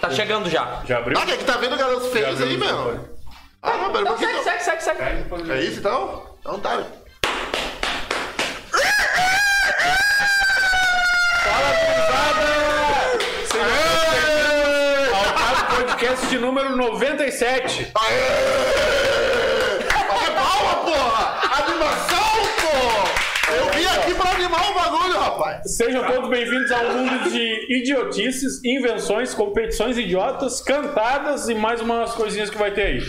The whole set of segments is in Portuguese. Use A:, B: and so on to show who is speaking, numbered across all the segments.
A: Tá chegando já.
B: Já abriu?
C: Ah, quem é que tá vendo garotos feios aí, meu? Ah, não, pera,
A: Então
C: por que
A: segue,
C: não?
A: segue, segue, segue.
C: É isso então? Então tá.
B: Altado Podcast de número 97.
C: Aê! Aê, É palma, porra! Animação, pô! Eu vim aqui pra animar o bagulho, rapaz!
B: Sejam todos bem-vindos ao mundo de idiotices, invenções, competições idiotas, cantadas e mais umas coisinhas que vai ter aí.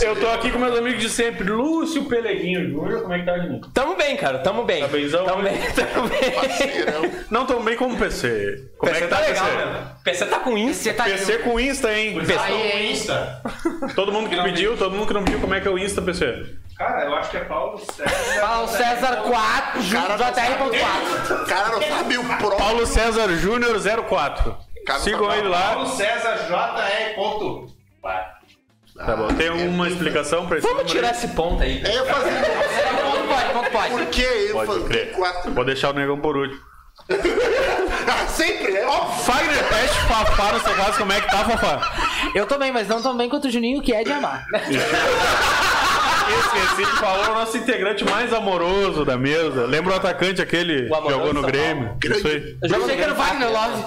B: Eu tô aqui com meus amigos de sempre, Lúcio Peleguinho Júnior. Como é que tá, Juninho?
A: Tamo bem, cara, tamo bem. Tá
B: bemzão?
A: Tamo bem, tamo bem.
C: Parceirão.
B: Não tão bem como PC. Como é
A: PC tá legal, né? PC tá com Insta. tá
B: PC com Insta, hein?
D: é. Aí, Insta.
B: Todo mundo que pediu, todo mundo que não pediu, como é que é o Insta, PC?
D: Cara, eu acho que é Paulo César.
A: Paulo César 4,
C: Cara, não sabe.
A: JR.4.
C: O cara não sabe o próprio.
B: Paulo César Júnior 04.
C: Cara,
B: Sigam
C: tá
B: ele
C: bom.
B: lá.
D: Paulo César JR. Ponto. Vai.
B: Tá bom. Tem uma explicação pra esse
A: Vamos
B: número
A: tirar
B: aí?
A: esse ponto aí.
C: É fazer.
A: Ponto pode, ponto pode.
C: Por que é
B: Pode
C: ênfase
B: crer.
C: quatro?
B: Vou deixar o negão por último.
C: Ah, sempre, é óbvio.
B: Fagner Peste, Fafá, no seu caso, como é que tá, Fafá?
E: Eu também, mas não tão bem quanto o Juninho, que é de amar.
B: Esqueci de falar o nosso integrante mais amoroso da mesa. Lembra o atacante aquele
A: O
B: que
A: amoroso
B: jogou no
A: São
B: Grêmio? Isso aí.
A: Eu já achei que era o Wagner Love.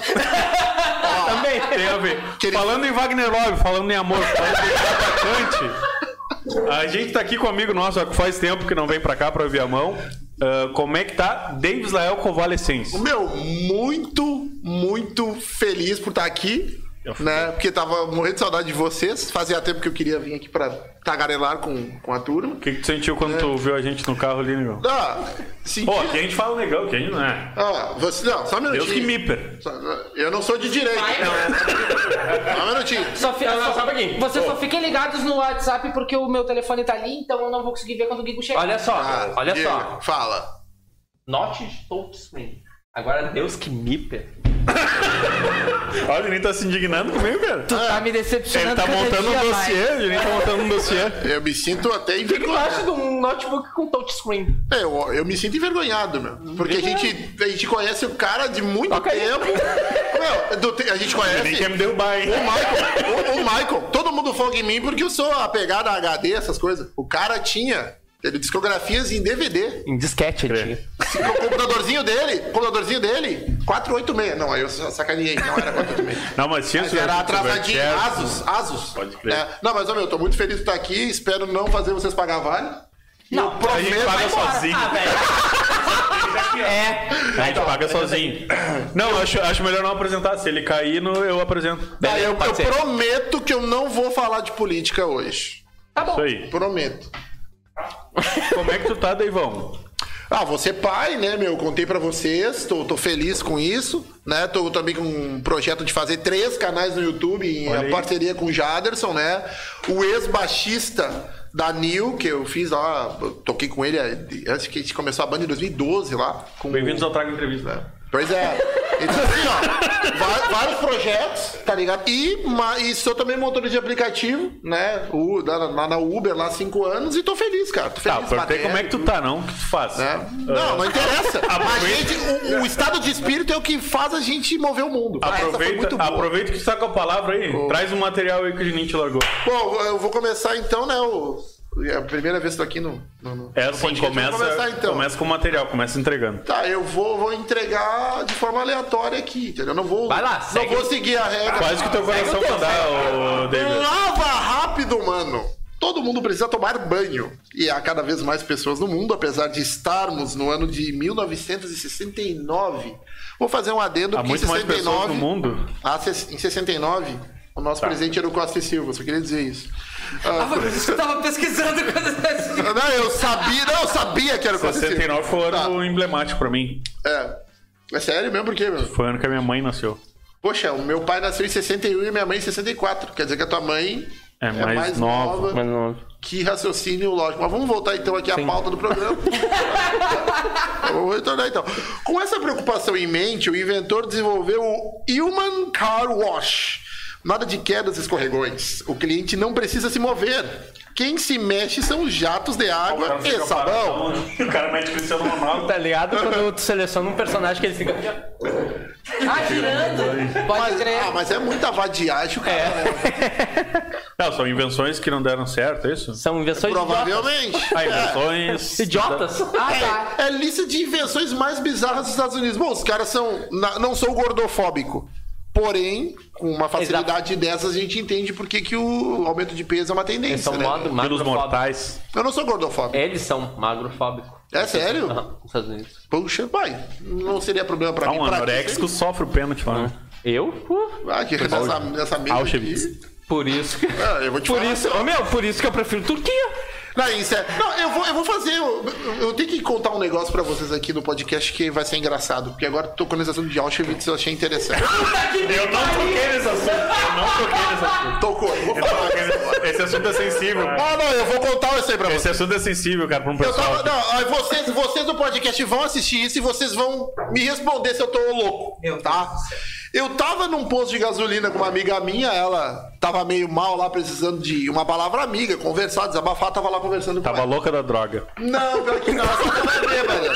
A: Também.
B: Tem a ver. Falando em Wagner Love, falando em amor, falando em atacante, a gente tá aqui com um amigo nosso, ó, que faz tempo que não vem pra cá pra ouvir a mão. Ah, como é que tá? Davis Lael Convalescence.
C: Meu, muito, muito feliz por estar aqui. Né? Porque tava morrendo de saudade de vocês. Fazia tempo que eu queria vir aqui pra tagarelar com, com a turma.
B: O que, que tu sentiu quando tu viu a gente no carro ali, negão?
C: Ah, senti...
B: Pô, aqui a gente fala legal, que a gente não é.
C: Ah, você... Não, só um minutinho.
B: Deus que miper.
C: Só- Eu não sou de direito. Só um minutinho.
E: Só fi-
A: Não, não,
E: só-
A: só um pouquinho.
E: Vocês só fiquem ligados no WhatsApp porque o meu telefone tá ali, então eu não vou conseguir ver quando o Guigo chegar.
A: Olha só,
C: Ah,
A: olha
C: Diego,
A: só.
C: Fala.
A: Not Stokesman. Agora, Deus que miper.
B: Olha, ele tá se indignando comigo, cara.
E: Tu tá me
B: Ele
E: decepcionando.
B: tá
E: cada
B: montando um
E: dia mais.
B: dossiê, ele tá montando um dossiê.
C: Eu me sinto até
A: Eu
C: envergonhado.
A: acho de um notebook com touchscreen.
C: É, Eu, eu me sinto envergonhado, meu. Porque a gente, a gente conhece o cara de muito
A: Toca aí.
C: tempo. Meu, do te- a
B: Ele
C: gente conhece.
A: é
B: quer me derrubar, hein?
C: O Michael, o, o Michael, todo mundo foca em mim porque eu sou apegado a HD, essas coisas. O cara tinha ele, discografias em DVD.
A: Em disquete ele tinha.
C: O computadorzinho dele, o computadorzinho dele, 486. Não, aí eu sa- sacaneei, não era 486.
B: Não, mas tinha
C: Mas
B: esse-
C: era atrasadinho,
B: Roberto Jefferson.
C: Asus, Asus.
B: Pode crer.
C: É, Não, mas, ô, meu, eu tô muito feliz de estar aqui, espero não fazer vocês pagar vale. Não, eu
B: A gente
C: prometo...
B: paga sozinho.
E: Ah,
A: É.
B: A gente paga sozinho. Não, eu acho, acho melhor não apresentar. Se ele cair, no, Tá, eu apresento.
C: Ah, eu,
A: Pode
C: eu
A: ser.
C: prometo que eu não vou falar de política hoje.
E: Tá bom.
B: Isso aí.
C: Prometo.
B: Como é que tu tá, Deivão?
C: Ah, você pai, né, meu? Contei pra vocês, tô, tô feliz com isso, né? Tô também com um projeto de fazer três canais no YouTube em
B: Olha aí.
C: parceria com o Jaderson, né? O ex-baixista da Nil, que eu fiz lá, eu toquei com ele eh, antes que a gente começou a banda em 2012 lá. com-
B: Bem-vindos ao Trago Entrevista.
C: Pois é. Então, assim, ó, va- vários projetos, tá ligado? E, ma- e sou também motorista de aplicativo, né? U- da- lá na Uber, lá há cinco anos, e tô feliz, cara. Tô feliz
B: Tá, eu perguntei
C: bater,
B: como é que tu tá, não? O que tu faz?
C: né? Não, não interessa. A gente, o, o estado de espírito é o que faz a gente mover o mundo. Ah, essa foi
B: Aproveita,
C: muito boa.
B: aproveita que tu tá com a palavra aí. Traz um material aí que o Juninho te largou.
C: Bom, eu vou começar então, né? O, é a primeira vez que tô aqui no. no, no
B: É assim,
C: podcast. Vamos
B: começa,
C: começar, então.
B: começa com o material, começa entregando.
C: Tá, eu vou, vou entregar de forma aleatória aqui, entendeu? Eu Não vou,
A: Vai lá,
C: não
A: segue.
C: vou seguir a regra.
B: Faz o que teu coração mandar, ô David.
C: Lava rápido, mano. Todo mundo precisa tomar banho. E há cada vez mais pessoas no mundo, apesar de estarmos no ano de 1969. Vou fazer um adendo
B: Há
C: porque
B: muito
C: em
B: mais pessoas no
C: 69,
B: mundo. Tá.
C: há ses- em 69, o nosso presidente era o Costa e Silva, só queria dizer isso.
E: Ah, mas eu tava pesquisando quando
C: Não, eu sabia, não, eu sabia que era o Costa e Silva.
B: 69 foi o ano emblemático pra mim.
C: É. É sério mesmo, por quê, meu?
B: Foi o ano que a minha mãe nasceu.
C: Poxa, o meu pai nasceu em 61 e minha mãe em 64. Quer dizer que a tua mãe
B: É mais nova.
A: Mas não.
C: Que raciocínio lógico. Mas vamos voltar então aqui à pauta do programa. vamos retornar então. Com essa preocupação em mente, o inventor desenvolveu o Human Car Wash. Nada de quedas e escorregões. O cliente não precisa se mover. Quem se mexe são os jatos de água e sabão.
B: tá O cara mete Cristiano Ronaldo.
A: Tá ligado? Quando tu seleciona um personagem que ele fica.
E: Ah, girando. Pode
C: Mas,
E: crer.
C: ah, mas é muita vadiagem, o cara. né?
B: Não, são invenções que não deram certo, é isso?
A: São invenções idiotas.
C: Provavelmente.
B: Ah, invenções.
A: É. Idiotas?
E: Ah, tá.
C: É lista de invenções mais bizarras dos Estados Unidos. Bom, os caras são. na- não sou gordofóbico. Porém, com uma facilidade dessas, a gente entende por que que o aumento de peso é uma
A: Eles
C: tendência.
A: são
C: né?
A: modo
B: Pelos
A: magrofóbicos.
B: mortais.
C: Eu não sou gordofóbico.
A: Eles são magrofóbicos.
C: É sério?
A: Aham, nos Estados Unidos.
C: Puxa, pai, não seria problema pra mim.
B: Não, um
C: pra ti,
B: anoréxico sofre o pênalti lá. né?
A: Eu? Uh,
C: sei. Ah, que nessa, nessa mesa
B: Auschwitz.
C: aqui.
A: Por isso que.
C: Ah, eu vou te
A: Por
C: falar.
A: isso, Ô, meu, por isso que eu prefiro Turquia.
C: Não, isso é- não, eu vou, eu vou fazer. Eu, eu tenho que contar um negócio pra vocês aqui no podcast que vai ser engraçado. Porque agora tocando nesse assunto de Auschwitz, eu achei interessante.
B: Eu não toquei nesse assunto. Eu não toquei nesse assunto.
C: Tocou. eu vou
B: Eu
C: falar.
B: não toquei nesse- Esse assunto é sensível.
C: Ah, não, eu vou contar isso aí pra vocês.
B: Esse assunto é sensível, cara, pra um
C: Eu
B: pessoal.
C: tava, não, aí vocês, vocês do podcast vão assistir isso e vocês vão me responder se eu tô louco.
F: Meu
C: tá? Eu tava num posto de gasolina com uma amiga minha, ela tava meio mal lá, precisando de uma palavra amiga, conversar, desabafar, tava lá conversando com
B: Tava
C: ela.
B: louca da droga.
C: Não, pior que não, ela só tava bêbada.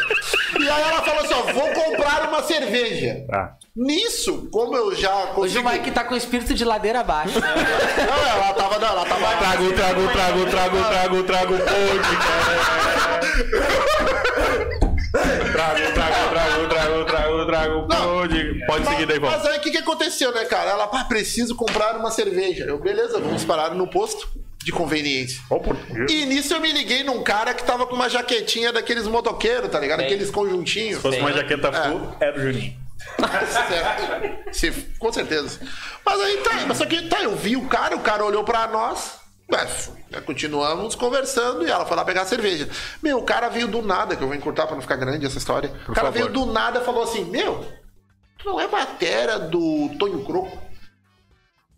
C: E aí ela falou assim, ó, vou comprar uma cerveja.
B: Tá.
C: Nisso, como eu já
E: Hoje o
C: consigo...
E: Mike tá com o espírito de ladeira abaixo. né?
C: Não, ela tava... Não, ela tava...
B: Trago, trago, trago, trago, trago, trago, pode, cara. Trago, trago, trago, trago, trago, trago, pode. Pode seguir daí,
C: Mas
B: vamos.
C: aí o que, que aconteceu, né, cara? Ela, pá, preciso comprar uma cerveja. Eu, beleza, vamos parar no posto de conveniência. E nisso eu me liguei num cara que tava com uma jaquetinha daqueles motoqueiros, tá ligado? Aqueles conjuntinhos.
B: Se fosse uma jaqueta full, era o Juninho.
C: Certo. Se- com certeza. Mas aí tá, mas só que tá, eu vi o cara, o cara olhou pra nós. Ué, f- né, continuamos conversando e ela foi lá pegar a cerveja. Meu, o cara veio do nada, que eu vou encurtar pra não ficar grande essa história. o cara
B: favor.
C: veio do nada e falou assim: Meu, tu não é batera do Tonho Croco?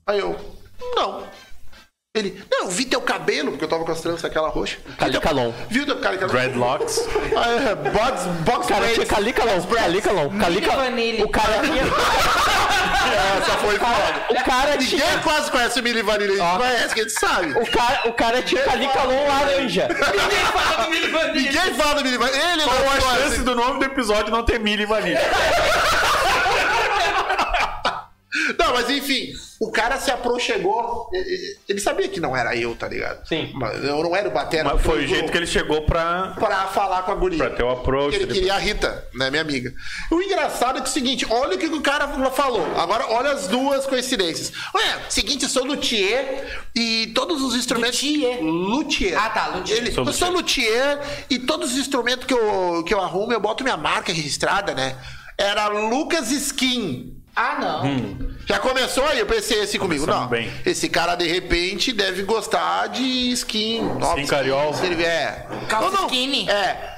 C: Aí eu, não. Ele, não, eu vi teu cabelo, porque eu tava com as tranças aquela roxa. Então,
A: Calicalon.
C: Viu teu cara? cara
B: Dreadlocks.
C: Aí, é, box, box
A: Cara, tinha
C: braids.
A: Calicalon, Calicalon,
E: Vanille.
A: Calicalon. O cara tinha.
C: Essa Ah, foi foda.
A: O cara tinha.
C: Ninguém quase conhece o Mili Vanille, a gente
A: Ó.
C: conhece, que a gente sabe.
A: O cara, o cara tinha Calicalon laranja.
C: Ninguém fala do Mili Vanille, ele não
B: Qual a
C: conhece.
B: chance do nome do episódio não ter milho e vanilha?
C: Não, mas enfim, o cara se aproximou, e- e- ele sabia que não era eu, tá ligado?
A: Sim.
C: Mas eu não era o batera.
B: Mas foi
C: eu-
B: o jeito que ele chegou pra,
C: Pra falar com a guria.
B: pra ter o approach.
C: Ele
B: Ele...
C: queria a Rita, né, minha amiga. O engraçado é que é o seguinte, olha o que o cara falou. Agora, olha as duas coincidências. Ué, seguinte, sou luthier e todos os instrumentos...
E: Luthier.
C: Luthier.
E: Ah, tá, luthier.
C: Ele,
B: Sou
C: eu sou luthier e todos os instrumentos que eu, que eu arrumo, eu boto minha marca registrada, né? Era Lucas Skin.
E: Ah, não.
B: Hum.
C: Já começou aí, eu pensei assim comigo,
B: Começamos
C: não.
B: bem.
C: Esse cara de repente deve gostar de skin. nova
B: cariol.
C: se ele- É.
E: Calça
C: Ou não,
E: skinny.
C: É.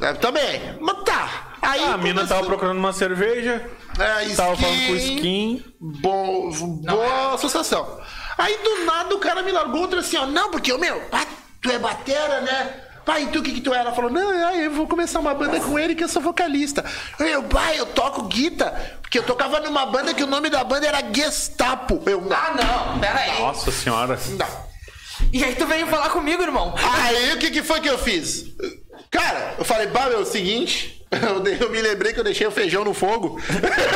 C: É, Também. Mas tá. Aí
B: Ah, a mina tava procurando uma cerveja,
C: procurando. É, skin,
B: tava falando com o Skin.
C: Bom, boa associação. Aí do nada o cara me largou outra assim, ó. Não, porque o meu, pá, tu é batera, né? Pai, e tu o que, que tu é? Ela falou, não, é, eu vou começar uma banda com ele que eu sou vocalista. Eu, pai, eu toco guita, porque eu tocava numa banda que o nome da banda era Gestapo. Eu, não,
E: Ah, não. Pera aí.
B: Nossa senhora.
C: não.
E: E aí tu veio falar comigo, irmão.
C: Aí o que, que foi que eu fiz? Cara, eu falei, bah, meu, é o seguinte, eu, dei- eu me lembrei que eu deixei o feijão no fogo.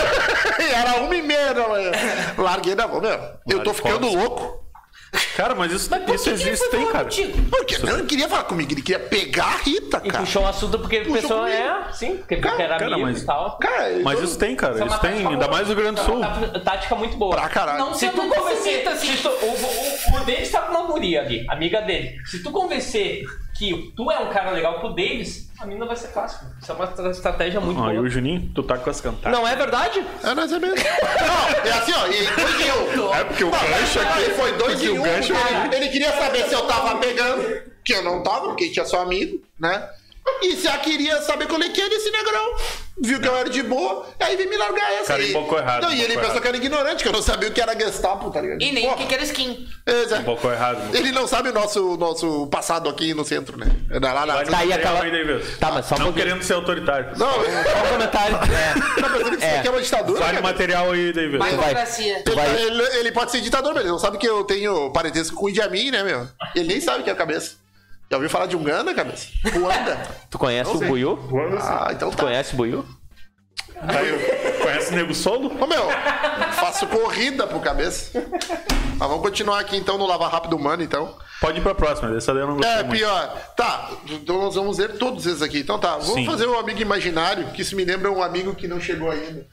C: e era uma e meia da manhã. Larguei da mão, meu. Eu tô ficando louco.
B: Cara, mas isso,
E: Mas por
B: isso
E: que que ele
B: existe,
E: foi
B: tem,
E: falar
B: cara.
E: contigo?
C: Porque ele não queria falar comigo, ele queria pegar a Rita,
A: E
C: cara.
A: puxou o assunto porque ele
C: Puxou
A: pensou,
C: comigo.
A: é, sim, porque ele era
B: cara,
A: amigo
B: mas-
A: e tal.
C: Cara, eu-
B: Mas isso tem,
F: é
B: cara. Isso tem, ainda mais no Rio Grande do Sul.
A: É uma tática muito boa.
C: pra caralho.
F: Não, se
E: Você
F: tu
E: não
F: convencer.
E: necessita, assim.
F: Se tu, o, o, o Davis tá com uma guria aqui, amiga dele. Se tu convencer que tu é um cara legal pro Davis, a mina vai ser fácil. Isso é uma tra- estratégia muito
B: Ó, Ah, e o
F: boa.
B: Juninho, tu tá com as cantadas.
A: Não é verdade?
C: É, nós é mesmo. Não, é assim, ó, e foi de um.
B: É porque o gancho
C: Não,
B: aqui
C: ele foi dois
B: porque
C: em
B: o
C: um.
B: gancho
C: Ele, ele queria saber se eu tava pegando, que eu não tava, porque a gente é só amigo, né? E se ela queria saber qual é que era esse negrão, viu que eu era de boa, aí veio me largar essa
B: Cara,
C: aí.
B: um pouco errado,
C: Não,
B: um
C: e ele
B: pouco
C: pensou que era ignorante, que eu não sabia o que era Gestapo, tá ligado?
E: E nem
C: Pô,
E: o que que era skin.
C: é,
B: Um pouco errado, mano.
C: Ele não sabe o nosso, nosso passado aqui no centro, né? Lá, lá,
B: Vai
A: Tá aí
B: ter
A: aquela-
B: aí, Davis.
A: Tá, mas só um
B: Não
A: pouquinho.
B: querendo ser autoritário.
C: Não,
A: Só um comentário.
C: não, mas ele
A: É.
C: é. que é uma ditadura,
B: Vale
C: cara.
B: material aí, Davis.
E: Mas
A: vai.
E: democracia.
A: Tu vai-
C: Ele, ele pode ser ditador, mas ele não sabe que eu tenho parentesco com o Idi Amin, né, meu? Ele nem sabe que é a cabeça. Já ouviu falar de Uganda, cabeça? Ruanda?
A: Tu conhece o Buiu?
C: Ah, então
A: Tu
C: tá.
A: conhece o Buiu?
B: Aí, Conhece o Nego Solo?
C: Ô meu, faço corrida pro cabeça. Mas vamos continuar aqui então no Lava Rápido Humano, então.
B: Pode ir pra próxima, dessa daí eu não gostei
C: É,
B: muito.
C: pior. Tá, então nós vamos ler todos esses aqui. Então tá, vamos
B: Sim.
C: fazer o amigo imaginário, que isso me lembra um amigo que não chegou ainda.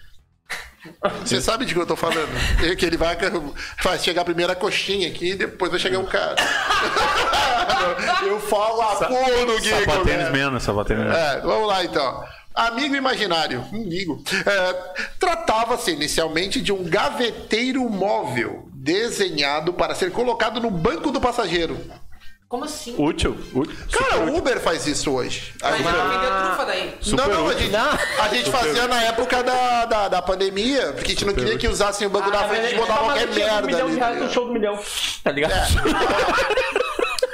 C: Você sabe de que eu tô falando? É que ele vai, vai chegar primeiro a coxinha aqui e depois vai chegar um cara. eu falo a
B: Sa-
C: cor no Gui,
B: Sapatênis
C: né?
B: menos, sapatênis menos.
C: É, vamos lá então. Amigo imaginário, amigo, É, tratava-se inicialmente de um gaveteiro móvel desenhado para ser colocado no banco do passageiro.
E: Como
A: É.
E: assim?
B: Útil? útil.
C: Cara, o Uber faz isso hoje. A
E: Mas
C: gente-
E: vai vender a trufa daí.
C: não,
B: Super
C: não, a
B: útil.
C: gente, a gente fazia na época da, da, da pandemia, porque a gente não queria que usassem o
A: Ah,
C: banco da frente e botar qualquer
F: um
C: merda.
A: um milhão de reais
C: ali.
A: no show do milhão. Tá ligado?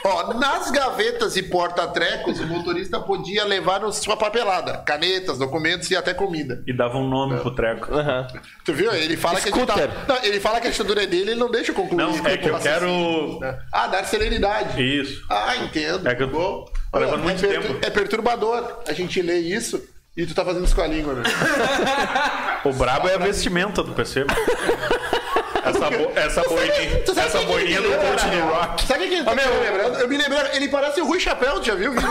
C: Ó, nas gavetas e porta-trecos, o motorista podia levar sua papelada, canetas, documentos e até comida.
B: E dava um nome pro treco.
A: Aham.
C: Tu viu? Ele fala que a
A: Scooter.
C: gente tá... Não, ele fala que a ditadura é dele, ele não deixa eu concluir.
B: Não, é que eu quero.
C: Ah, dar celeridade.
B: Isso.
C: Ah, entendo.
B: É que eu-
C: Bom.
B: tá levando
C: é,
B: muito
C: pertur-
B: tempo.
C: é perturbador a gente lê isso e tu tá fazendo isso com a língua, né?
B: O brabo é a vestimenta do PC. mano. Essa, bo... essa boininha,
C: Tu sabe
B: essa
C: quem que é
B: boininha
C: me
B: do
C: lembra,
B: coach
C: na
B: de
C: real?
B: rock.
C: Sabe o que ele tá me lembrando? Eu me lembrei, ele parece o Rui Chapéu, tu já viu?
B: Tem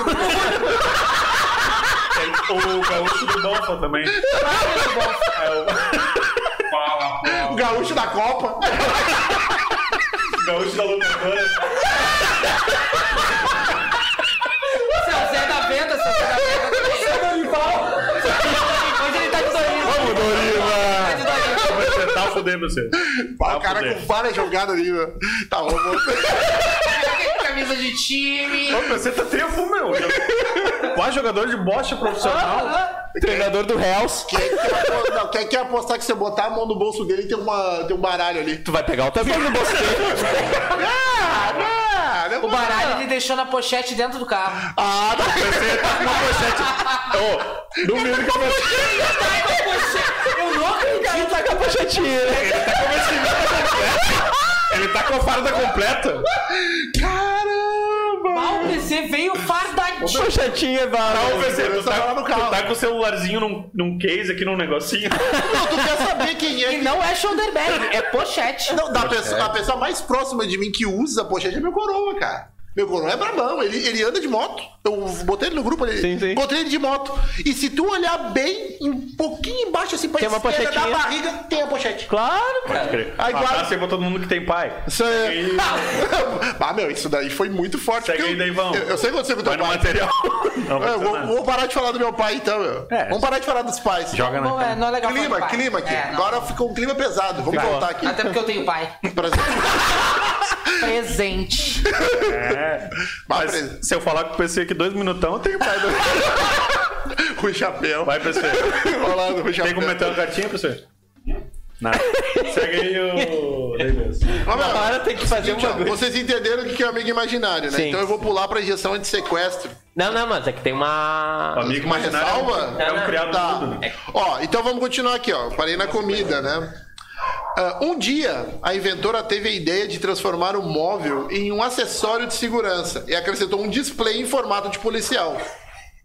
B: é o gaúcho do Dolphin também. É
D: Fala,
C: o
D: pô.
C: gaúcho da Copa.
B: o gaúcho da locadora.
E: Seu é Zé da venda, seu Zé da venda. Hoje ele tá de dorinho.
B: Vamos, Doriva!
E: Tá de dorinho.
B: Vai tentar foder você.
C: Pá, o cara
B: poder.
C: com várias jogadas ali, né? Tá, vamos...
E: Camisa de time.
B: Ô, você tá trefo, meu. Quase jogador de bocha profissional.
A: Treinador do Hells.
C: Quem é que vai apostar- não, quem é que vai apostar que se eu botar a mão no bolso dele tem, uma, tem um baralho ali?
A: Tu né? vai pegar o telefone do bolso.
C: Ah, não, não,
E: O baralho ele deixou na pochete dentro do carro.
C: Ah, não.
B: Ô, duvido que você.
E: Eu não acredito.
A: Cara, tá com a pochetinha, né?
B: tá Ele tá com a farda completa.
C: Caramba!
E: Mal o PC veio fardadinho.
A: Pochetinha,
B: Ô,
A: barão.
B: PC, tu
C: segurança
B: tá,
C: lá no
B: tu
C: carro.
B: tá com o celularzinho num, num case aqui, num negocinho.
C: Não, tu quer saber quem
E: E
C: é?
E: não é shoulder bag, é pochete.
C: Não, da pessoa, a pessoa mais próxima de mim que usa pochete é meu coroa, cara. Meu coroa é brabão, ele, ele anda de moto. Eu botei ele no grupo, ele,
A: Sim, sim.
C: botei ele de moto. E se tu olhar bem, um pouquinho embaixo, assim, pra
A: Tem uma
C: esquerda da
A: pochetinha.
C: barriga, tem a pochete.
A: Claro, cara.
C: Ai,
B: Aí,
C: guarda.
B: Abraço aí pra Ah, todo mundo que tem pai.
C: Isso é...
B: E
C: ah, meu, isso daí foi muito forte.
B: Segue
C: porque
B: aí,
C: eu-
B: Deivão.
C: Eu, eu sei o que aconteceu com o
B: vai
C: teu
B: no
C: pai.
B: material. Não, vai
C: Eu
B: ser
C: vou,
B: nada.
C: vou parar de falar do meu pai, então, meu.
B: É.
C: Vamos parar de falar dos pais.
B: Joga na
E: Não é,
B: cara.
E: não é legal. falar
C: Clima,
E: do pai.
C: clima aqui.
E: É, não.
C: Agora ficou um clima pesado. Vamos
B: Ficou.
C: voltar aqui.
E: Até porque eu tenho pai.
C: Prazer.
E: Presente.
B: É.
C: Mas-
B: Mas se eu falar com o PC aqui dois minutão, eu tenho pai. do-
C: Rui Chapéu.
B: Vai, PC.
C: Vamos lá, Rui
B: Tem como meter uma cartinha, PC? Nada. Segue aí o. Davis.
C: Ó, meu,
A: Agora tem que fazer um
C: seguinte, ó,
A: bagulho.
C: Então, vocês entenderam o que que é amigo imaginário, né?
A: Sim.
C: Então eu vou pular pra injeção de sequestro.
A: Não, não, mas é que tem
B: O
A: uma.
B: amigo
C: Uma
B: imaginário
C: ressalva?
B: É um criado
C: Tá.
B: mudo, né?
C: Ó, então vamos continuar aqui, ó. Parei na comida, né? Ah, um dia, a inventora teve a ideia de transformar o móvel em um acessório de segurança e acrescentou um display em formato de policial.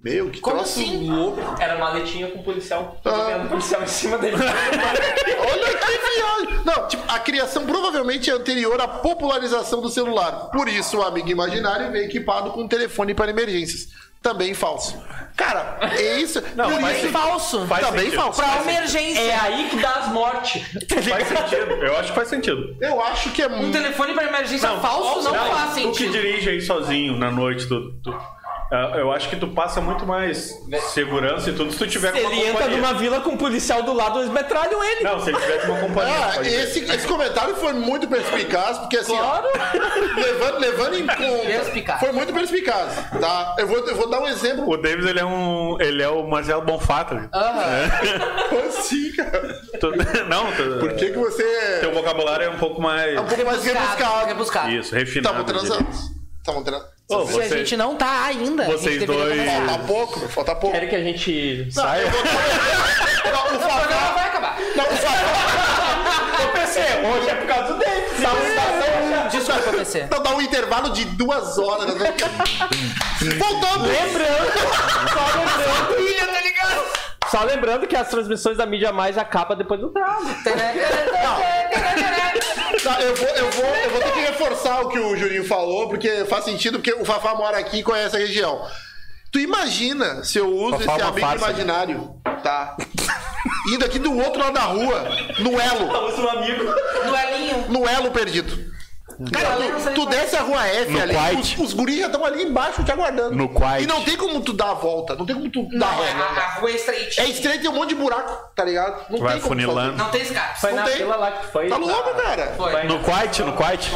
C: Meu, que
E: Como
C: troço
E: assim?
C: louco.
G: Era maletinha com policial.
C: Ah.
G: Tô vendo policial em cima dele.
C: Olha que viagem! Não, tipo, a criação provavelmente é anterior à popularização do celular. Por isso, o amigo imaginário veio equipado com um telefone para emergências. Também falso. Cara, é isso. Não, por
B: faz
C: isso,
B: sentido.
E: Falso.
B: Faz
C: também
B: sentido.
C: falso.
E: Pra emergência.
A: É aí que dá as mortes.
B: Faz sentido. Eu acho que faz sentido.
C: Eu acho que é
E: Um
C: muito.
E: telefone pra emergência Tá falso não, faz
B: Tu que
E: sentido.
B: dirige aí sozinho na noite do. do- Ah, Eu acho que tu passa muito mais segurança e tudo se tu tiver
A: Se
C: é
B: com
A: ele
B: uma
A: entra
B: companhia.
A: numa vila com um policial do lado, eles metralham ele.
B: Não, se ele tiver com uma companhia.
C: Ah,
B: pode ver.
C: esse, esse comentário foi muito perspicaz, porque assim, ó, levando, levando em conta,
E: Perspicaz.
C: foi muito perspicaz, tá? Eu vou, eu vou dar um exemplo
B: O Davis, ele é um. Ele é o Marcelo Bonfato.
E: Aham.
C: assim, cara.
B: Tu- Não, tu-
C: Por que que você
B: teu vocabulário é um pouco mais.
E: Tá
C: é um pouco mais
E: Buscado, é
C: rebuscado?
E: buscado.
B: Isso, refinado.
C: Estavam transando. Estavam transando.
B: Ô,
E: Se a
B: você-
E: gente não tá ainda, a gente
B: vocês
E: deveria
B: dois-
E: começar.
C: Falta pouco, falta pouco.
A: Querem é que a gente
C: Não, eu vou- Não, o
E: O
C: Fafá-
E: programa vai acabar.
C: não, o Fafá-
A: Ah, Eu pensei, hoje é por causa do Davis. Tá
E: Desculpa, PC.
C: Não, dá um intervalo de duas horas. né? Voltamos!
A: Lembrando, só lembrando. Só lembrando que as transmissões da mídia mais acabam depois do trago.
C: Tá, eu, vou, eu, vou, eu vou ter que reforçar o que o Juninho falou, porque faz sentido, porque o Fafá mora aqui e conhece a região. Tu imagina se eu uso
B: Fafá é
C: esse
B: uma
C: amigo
B: farsa, né?
C: imaginário, tá? Indo aqui do outro lado da rua, no elo,
A: Usa um amigo.
E: No Elinho.
C: no elo perdido. Cara, tu, tu desce a rua F
B: No
C: ali,
B: quite.
C: os, os guris já estão ali embaixo te aguardando.
B: No quite.
C: E não tem como tu dar a volta, não tem como tu dar a
E: Não, é, a,
C: volta.
E: a rua é estreitinha.
C: É estreito e tem um monte de buraco, tá ligado? Não
B: Vai
C: tem como fazer.
B: funilando.
E: Não tem escape.
A: Foi
C: Não
A: na
C: tem.
A: vila lá que tu foi.
C: Tá louco, cara?
E: Foi.
A: Vai.
B: No quite, no quite.
E: Quite.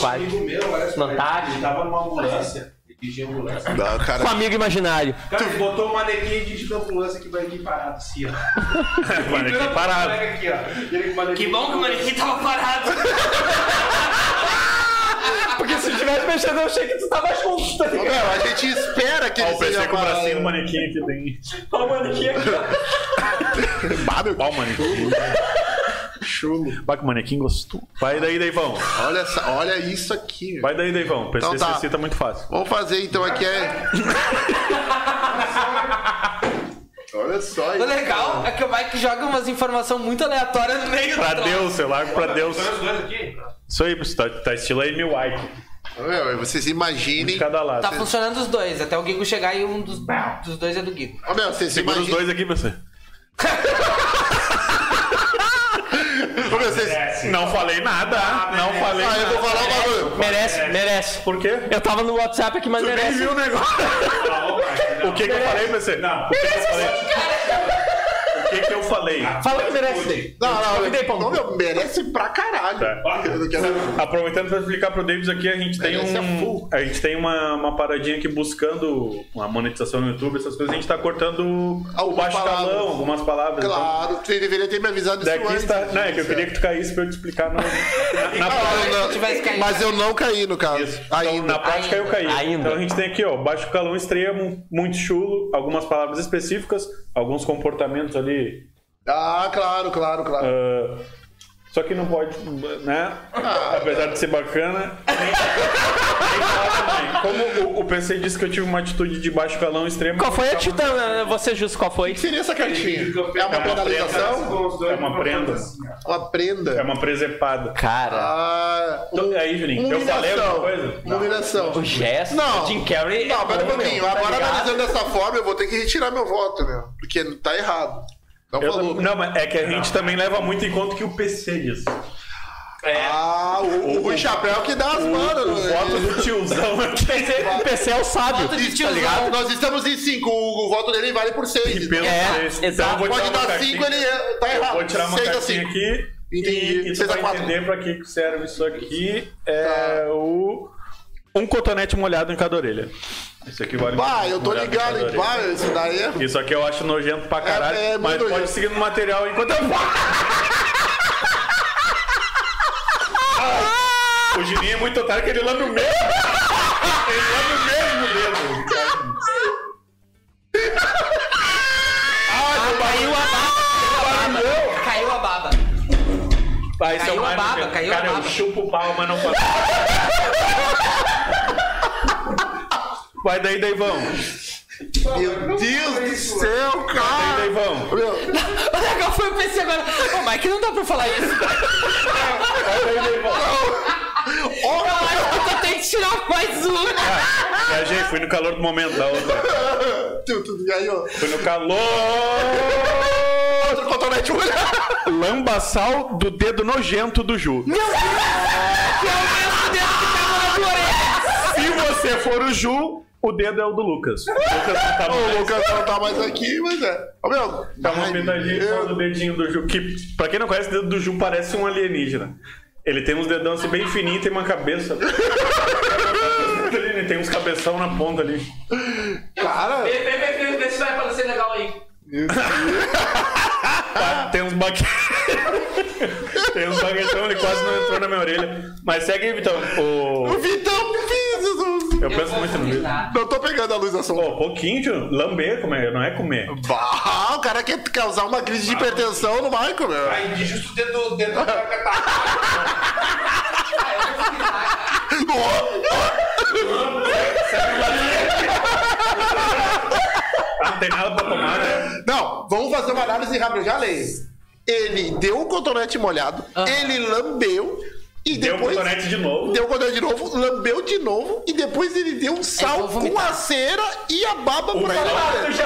D: Um amigo meu, olha só,
A: Não tá,
D: ele tava numa ambulância, ele dirigia a ambulância.
C: Não,
A: Com um
C: cara.
A: amigo imaginário.
D: Cara, ele botou um manequim de da ambulância que vai aqui parado, assim, ó.
B: Mano, aqui parado.
D: Pega Aqui, ó. Ele com o manequim-
E: Que bom que o manequim tava parado.
A: Porque se tivesse mexendo, eu achei que tu tava junto, tá ligado?
C: Meu, a gente espera que
B: Ó,
C: ele
B: o PC
C: seja
B: com o
C: parado.
B: bracinho, o manequim aqui tem.
A: Ó, mano, aqui, aqui, ó.
C: Bah, meu,
B: Ó, o manequim.
C: chulo.
B: Vai que o manequim gostou. Vai daí, Deivão.
C: Olha, essa, olha isso aqui. meu.
B: Vai daí, Deivão. O PC
C: Então tá.
B: se excita muito fácil.
C: Vamos fazer então aqui é. olha só
E: O
C: isso.
E: legal é que o Mike joga umas informações muito aleatórias no meio do
B: Pra
C: Então tá.
E: troço.
B: Deus, eu largo pra Deus.
D: Põe os dois aqui.
B: Isso aí, você tá, tá estilo Amy White.
C: Meu, vocês
B: De
C: imaginem.
B: cada lado.
E: Tá funcionando os dois, até o Gigo chegar e um dos, dos dois é do Gigo.
C: Ô, meu, vocês
B: Segura os
C: imaginem.
B: dois aqui, PC.
C: Ô, meu, vocês-
D: É,
B: Não falei nada. Não falei
C: Ah, eu vou
B: nada.
C: falar um bagulho.
A: Merece, merece.
B: Por quê?
A: Eu tava no WhatsApp aqui, mas
B: Tu nem
A: merece.
B: viu o negócio.
D: Ah, ô, Mike, não.
B: O que que eu falei, PC?
D: Não.
B: O que que eu falei? O que que eu falei?
D: tá
A: Fala que merece.
C: Não, não,
A: me dei
C: meu,
A: pau.
E: um.
C: não, meu, merece pra caralho.
B: Tá.
C: Eu não quero-
B: Aproveitando para explicar pro Davis aqui, a gente tem
C: Merece a
B: um,
C: é full.
B: a gente tem uma, uma paradinha aqui buscando uma monetização no YouTube, essas coisas, a gente tá cortando o
C: Algumas
B: baixo
C: palavras.
B: calão, algumas palavras. então.
C: Claro, você deveria ter me avisado isso
B: Daqui
C: antes.
B: está. Não, é que eu queria que tu caísse pra eu te explicar no- então, na, na,
C: Ah, eu não-
E: Se tivesse caído.
C: Mas eu não caí no caso.
B: Isso. Então,
C: Ainda.
B: na prática eu caí.
A: Ainda.
B: Então a gente tem aqui, ó, baixo calão extremo, muito chulo, algumas palavras específicas, alguns comportamentos ali.
C: Ah, claro, claro, claro.
B: ah, só que não pode, né?
C: Ah.
B: Apesar de ser bacana. nem- nem falar também. Como o, o PC disse que eu tive uma atitude de baixo calão extremo.
A: Qual foi a titã? Você justo, qual foi?
C: O que seria essa cartinha? É uma
B: É uma
C: penalização?
D: Com os dois
B: É uma
D: no
B: prenda.
D: canto, assim, ó.
C: Uma
B: É
C: prenda?
B: uma presepada.
A: Cara,
C: Ah,
B: Então,
C: um-
B: aí, Juninho, eu falei alguma coisa?
C: Uma humilhação.
A: o gesto
C: Não.
A: do Jim Carrey. tá
C: Não, pera um pouquinho.
B: Tá
C: Agora
A: analisando.
C: analisando dessa forma, eu vou ter que retirar meu voto, meu. Porque tá errado. Não
B: Eu
C: falou.
B: não, não, mas é que a gente também leva muito em conta o que o PC diz.
C: Ah, o, o Rui Chapéu que dá as né? manos.
B: O voto do tiozão aqui.
A: O PC é o sábio,
E: Bota de
A: tá
E: tiozão.
A: ligado?
C: Nós estamos em 5, o, o voto dele vale por 6.
B: Pelo
A: É,
B: texto. Então,
A: exato.
B: eu vou
C: Pode
B: tirar uma
C: dar
B: cartinha.
C: 5, ele é- tá
B: Eu
C: errado.
B: vou tirar uma
C: Seis a
B: cartinha
C: cinco.
B: aqui.
C: Entendi.
B: E, e tu
C: Seis a
B: vai
C: quatro. Tá.
B: entender pra que que serve isso aqui. É o... Um cotonete molhado em cada orelha. Isso aqui vale...
C: Bah, eu tô
B: molhado em
C: ligado,
B: cada
C: hein?
B: orelha.
C: Bah, isso daí é.
B: Isso aqui eu acho nojento pra caralho,
C: é muito
B: mas pode
C: nojento.
B: seguir no material enquanto eu falo. Ai, O Girinho é muito otário que ele lambe o mesmo. Ele lambe o mesmo dedo.
E: Ah, caiu a baba. Ah! Caiu a baba.
B: Ah, esse
E: Caiu
B: é o
E: a baba,
B: Marvel.
E: caiu a
B: Cara, eu
E: baba.
B: chupo o pau, mas não faço. Vai daí, Deivão.
C: Meu Deus do céu,
B: Vai daí,
C: cara.
B: Deivão.
C: Meu,
E: O legal foi o PC agora. Ô,
A: é
E: Mike, não dá pra falar isso.
B: Vai daí, Deivão.
E: Eu
A: é
E: acho que tu tem que tirar mais
A: né?
E: um.
B: Viajei, fui no calor do momento da outra.
C: tu, tu, aí, ó.
B: Fui no calor.
C: Outro cotonete molhado.
B: Lambaçal do dedo nojento do Ju.
C: é tá
B: Se você for o Ju, o dedo é o do Lucas. O Lucas não tá
C: O
B: mais.
C: Lucas não tá mais aqui, mas é. Ô, meu.
B: Tá uma
C: ai,
B: pitadinha
C: meu
B: só do dedinho do Ju. Que, pra quem não conhece, o dedo do Ju parece um alienígena. Ele tem uns dedão assim bem fininho e tem uma cabeça. Ele tem uns cabeção na ponta ali.
C: Cara,
E: Vê, vê, vê, vê, vê se vai parecer legal aí.
B: Tá, tem uns baque... tem uns baguetão, ele quase não entrou na minha orelha. Mas segue aí, Vitão.
C: o
B: O-
C: Vitão, Jesus.
B: Eu penso muito no vídeo.
C: Não tô pegando a luz da sombra.
B: Pô, pouquinho, tio. Lamber, comer, não é comer.
C: Bah, o cara quer causar uma crise de hipertensão no Michael, meu.
D: Aí, de justo dentro, dentro da tá.
B: Ah, não tem nada pra tomar, né?
C: Não, vamos fazer uma análise rápida, eu já leio. Ele deu o cotonete molhado, ele lambeu e
B: Ah. Deu o
C: depois.
B: cotonete de novo.
C: Deu o cotonete de novo, lambeu de novo e depois ele
B: É,
C: deu um sal com a cera e a baba
B: O
C: pra
B: sal,
C: galera.
E: Eu sei,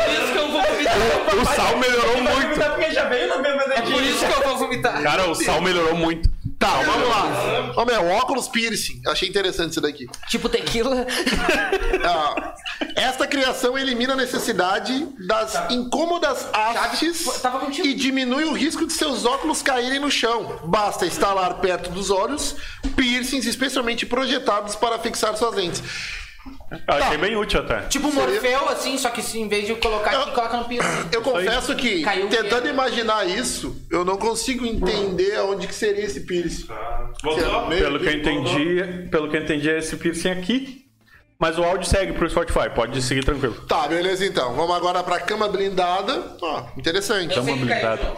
E: por isso que eu vou vomitar.
B: o sal melhorou muito.
H: é
I: Porque já veio na mesma
E: É por isso que eu vou vomitar.
B: Cara, o sal melhorou muito.
C: Tá, vamos lá. Ô meu, óculos piercing. Achei interessante isso daqui.
E: Tipo tequila.
C: Ah, esta criação elimina a necessidade das incômodas hastes
E: Tá. tava contigo.
C: e diminui o risco de seus óculos caírem no chão. Basta instalar perto dos olhos piercings especialmente projetados para fixar suas lentes. Tá.
B: Achei bem útil até.
E: Tipo Morfeu, assim, só que se em vez de colocar aqui, coloca no piercing.
C: Eu confesso que,
E: Caiu o
C: tentando
E: quê?
C: imaginar isso, eu não consigo entender aonde que seria esse piercing.
D: Voltou?
B: Pelo que eu entendi, pelo que eu entendi é esse piercing aqui. Mas o áudio segue pro Spotify, pode seguir tranquilo.
C: Tá, beleza então. Vamos agora pra cama blindada. Ó, interessante.
B: Cama blindada.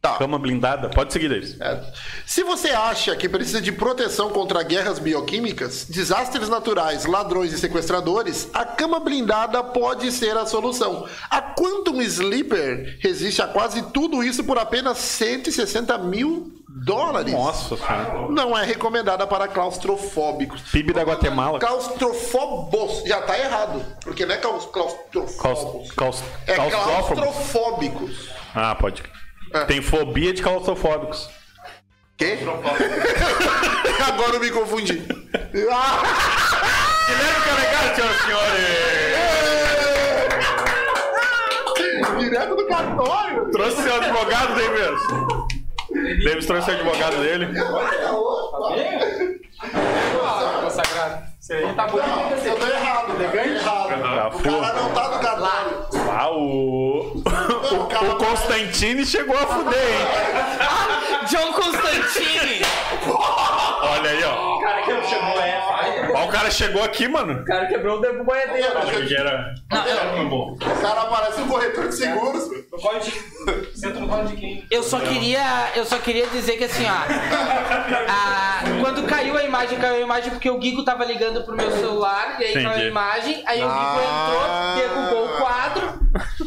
C: Tá.
B: Cama blindada, pode seguir deles.
C: É. Se você acha que precisa de proteção contra guerras bioquímicas, desastres naturais, ladrões e sequestradores, a cama blindada pode ser a solução. A Quantum Sleeper resiste a quase tudo isso por apenas 160 mil dólares.
B: Nossa senhora.
C: Não é recomendada para claustrofóbicos.
B: PIB da Guatemala.
C: Claustrofobos. Já tá errado. Porque não é claus- claustrofobos.
B: Caus, caus,
C: É
B: claustrofobos.
C: claustrofóbicos.
B: Ah, pode.
C: É.
B: Tem fobia de claustrofóbicos.
C: Quê? Agora eu me confundi. Ah!
B: Guilherme Carregado, senhoras e senhores!
C: Direto do cartório!
B: Trouxe seu advogado, Davis! Davis trouxe o advogado dele.
E: Consagrado. tá
C: Não, eu tô errado, né? Ganhei
B: Tá,
C: errado. O
B: porra.
C: cara não tá no cartório.
B: Ah, o. O, o Constantine chegou a fuder, hein?
E: Ah, John Constantine!
B: Olha aí, ó.
I: O cara que não chegou é.
B: Ó, o cara chegou aqui, mano.
I: O cara quebrou o dedo banhadeiro.
B: Achei que era. Era bom.
C: O cara parece um corretor de seguros.
D: No código de... Você entrou no código de quem?
E: Eu só queria, eu só queria dizer que assim, ó, a- quando caiu a imagem, caiu a imagem porque o Guigo tava ligando pro meu celular e aí caiu
B: Entendi.
E: a imagem, aí o
C: Ah.
E: Guigo entrou, derrubou o quadro,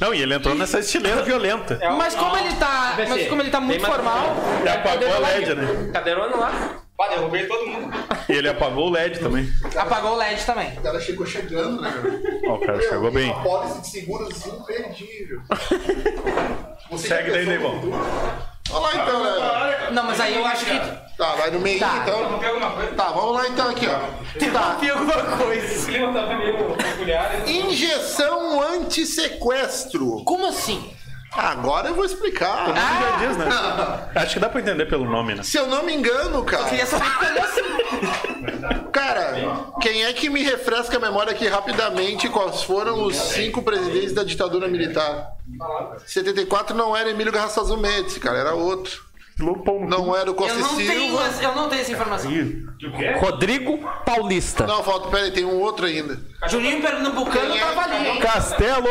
B: Não, e ele entrou nessa estileira violenta.
E: mas como ele tá,
I: Vai
E: mas
I: ser.
E: como ele tá muito
I: Tem mais-
E: formal,
A: um
B: E é, apagou a LED, né?
I: Cadeirona lá.
D: Pá, derrubei todo mundo.
B: E ele apagou o LED também.
E: apagou o LED também.
C: O cara chegou chegando, né? meu?
B: Ó, o cara
C: Meu,
B: chegou bem.
C: Uma pólice de seguros imperdível. Você já
B: Segue daí,
C: pensou no
B: Neivão.
C: futuro? Olha lá então, né?
E: Não, mas aí eu acho que
C: Tá, vai no meio
E: Tá.
C: então.
D: Tem alguma coisa?
C: Tá, vamos lá então aqui, ó. Tá.
E: tem alguma coisa.
D: Esse clima tá meio peculiar. né?
C: Injeção anti-sequestro.
E: Como assim?
C: Agora eu vou explicar.
B: Ele já diz, né? Acho que dá pra entender pelo nome, né?
C: Se eu não me engano, cara.
E: Queria saber como assim?
C: Cara, quem é que me refresca a memória aqui rapidamente quais foram os cinco presidentes da ditadura militar? 74 não era Emílio Garrastazu Mendes, cara, era outro.
B: Lupão.
C: Não era o Costa
E: Eu
C: e
E: não tenho,
C: Silva.
E: essa- eu não tenho essa informação.
A: Rodrigo Paulista.
C: Não, falta, peraí, tem um outro ainda.
E: Juninho Pernambucano
C: Quem é?
E: tava ali, hein?
A: Castelo.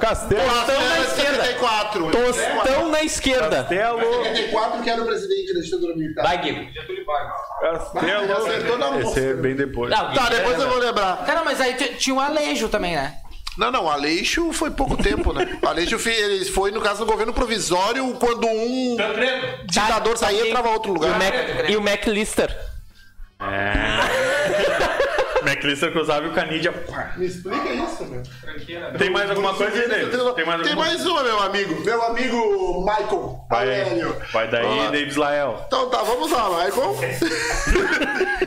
A: Castelo.
C: Tostão
A: na esquerda.
C: 74.
A: Tostão na esquerda.
B: Castelo.
C: 74 que era o presidente da ditadura militar.
I: Vai, Guigo.
B: Castelo.
C: Já acertou na mão.
B: Esse é bem depois.
I: Não,
C: Tá, depois eu vou lembrar.
E: Cara, mas aí t- tinha o Alejo também, né?
C: Não, não, Aleixo foi pouco tempo, né? Aleixo fi- ele foi, no caso, no governo provisório, quando um
D: Tancredo.
C: ditador saía, entrava
A: E
C: outro
A: o
C: lugar.
A: Mac, e o Mac Lister.
B: McLister cruzava e É. o Canidia. pá.
C: Me explica isso, meu.
D: Tranqueira.
B: Tem mais alguma coisa aí, Davis? Tem mais
C: Tem
B: alguma
C: mais uma, meu amigo. Meu amigo Michael
B: Vai,
C: Aurélio.
B: vai
C: Vamos
B: daí,
C: lá.
B: Davis Lael.
C: Então tá, vamos lá, Michael.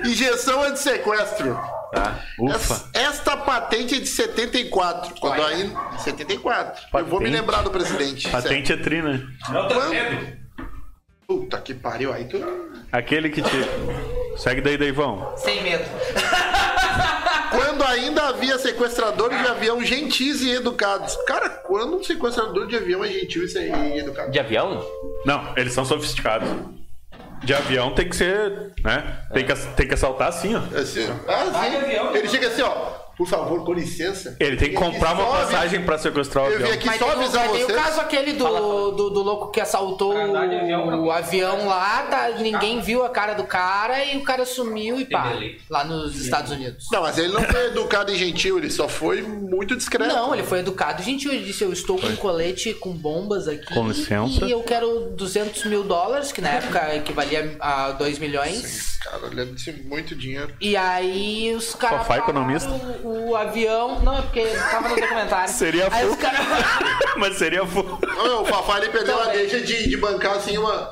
C: Injeção anti-sequestro.
B: Tá. Ufa.
C: Es- Esta patente é de 74. Quando ainda. 74. Eu vou me
B: Patente.
C: lembrar do presidente. sério.
B: Patente é tri, né?
D: Não tá vendo?
C: Puta que pariu. Aí tu.
B: Aquele que te. Segue daí, Deivão.
E: Sem medo.
C: Quando ainda havia sequestradores de avião gentis e educados. Cara, quando um sequestrador de avião é gentil e se- e educado?
H: De avião?
B: Não, eles são sofisticados. De avião tem que ser. né? Tem que, tem que assaltar assim, ó.
C: Assim, ah, sim.
H: Ah, de avião.
E: né?
C: Ele chega assim, ó. Por favor, com licença.
B: Ele tem que comprar uma
C: Sobe.
B: passagem pra sequestrar o
C: Eu vim
B: avião.
C: aqui só
E: tem, o-
C: avisar
E: mas tem
C: vocês.
E: o caso aquele do, do, do louco que assaltou
H: Pra andar de avião, pra-
E: o avião lá, tá, ninguém viu a cara do cara e o cara sumiu e pá.
H: Entendi.
E: Lá nos Estados Unidos.
C: Não, mas ele não foi educado e gentil, ele só foi muito discreto.
E: Não, ele foi educado. Gente, ele disse, eu estou com um colete com bombas aqui.
B: Com licença.
E: E eu quero 200 mil dólares, que na época equivalia a 2 milhões.
C: Cara, ele disse muito dinheiro.
E: E aí os caras.
B: Fofá
E: pararam
B: economista.
E: O, o avião. Não, é porque tava no documentário.
B: Seria
E: aí
B: fofo.
E: os caras.
B: Mas seria. fo-
C: Não, o Fafá ele perdeu
E: Não,
C: a
E: é-
C: deixa de, de bancar assim uma,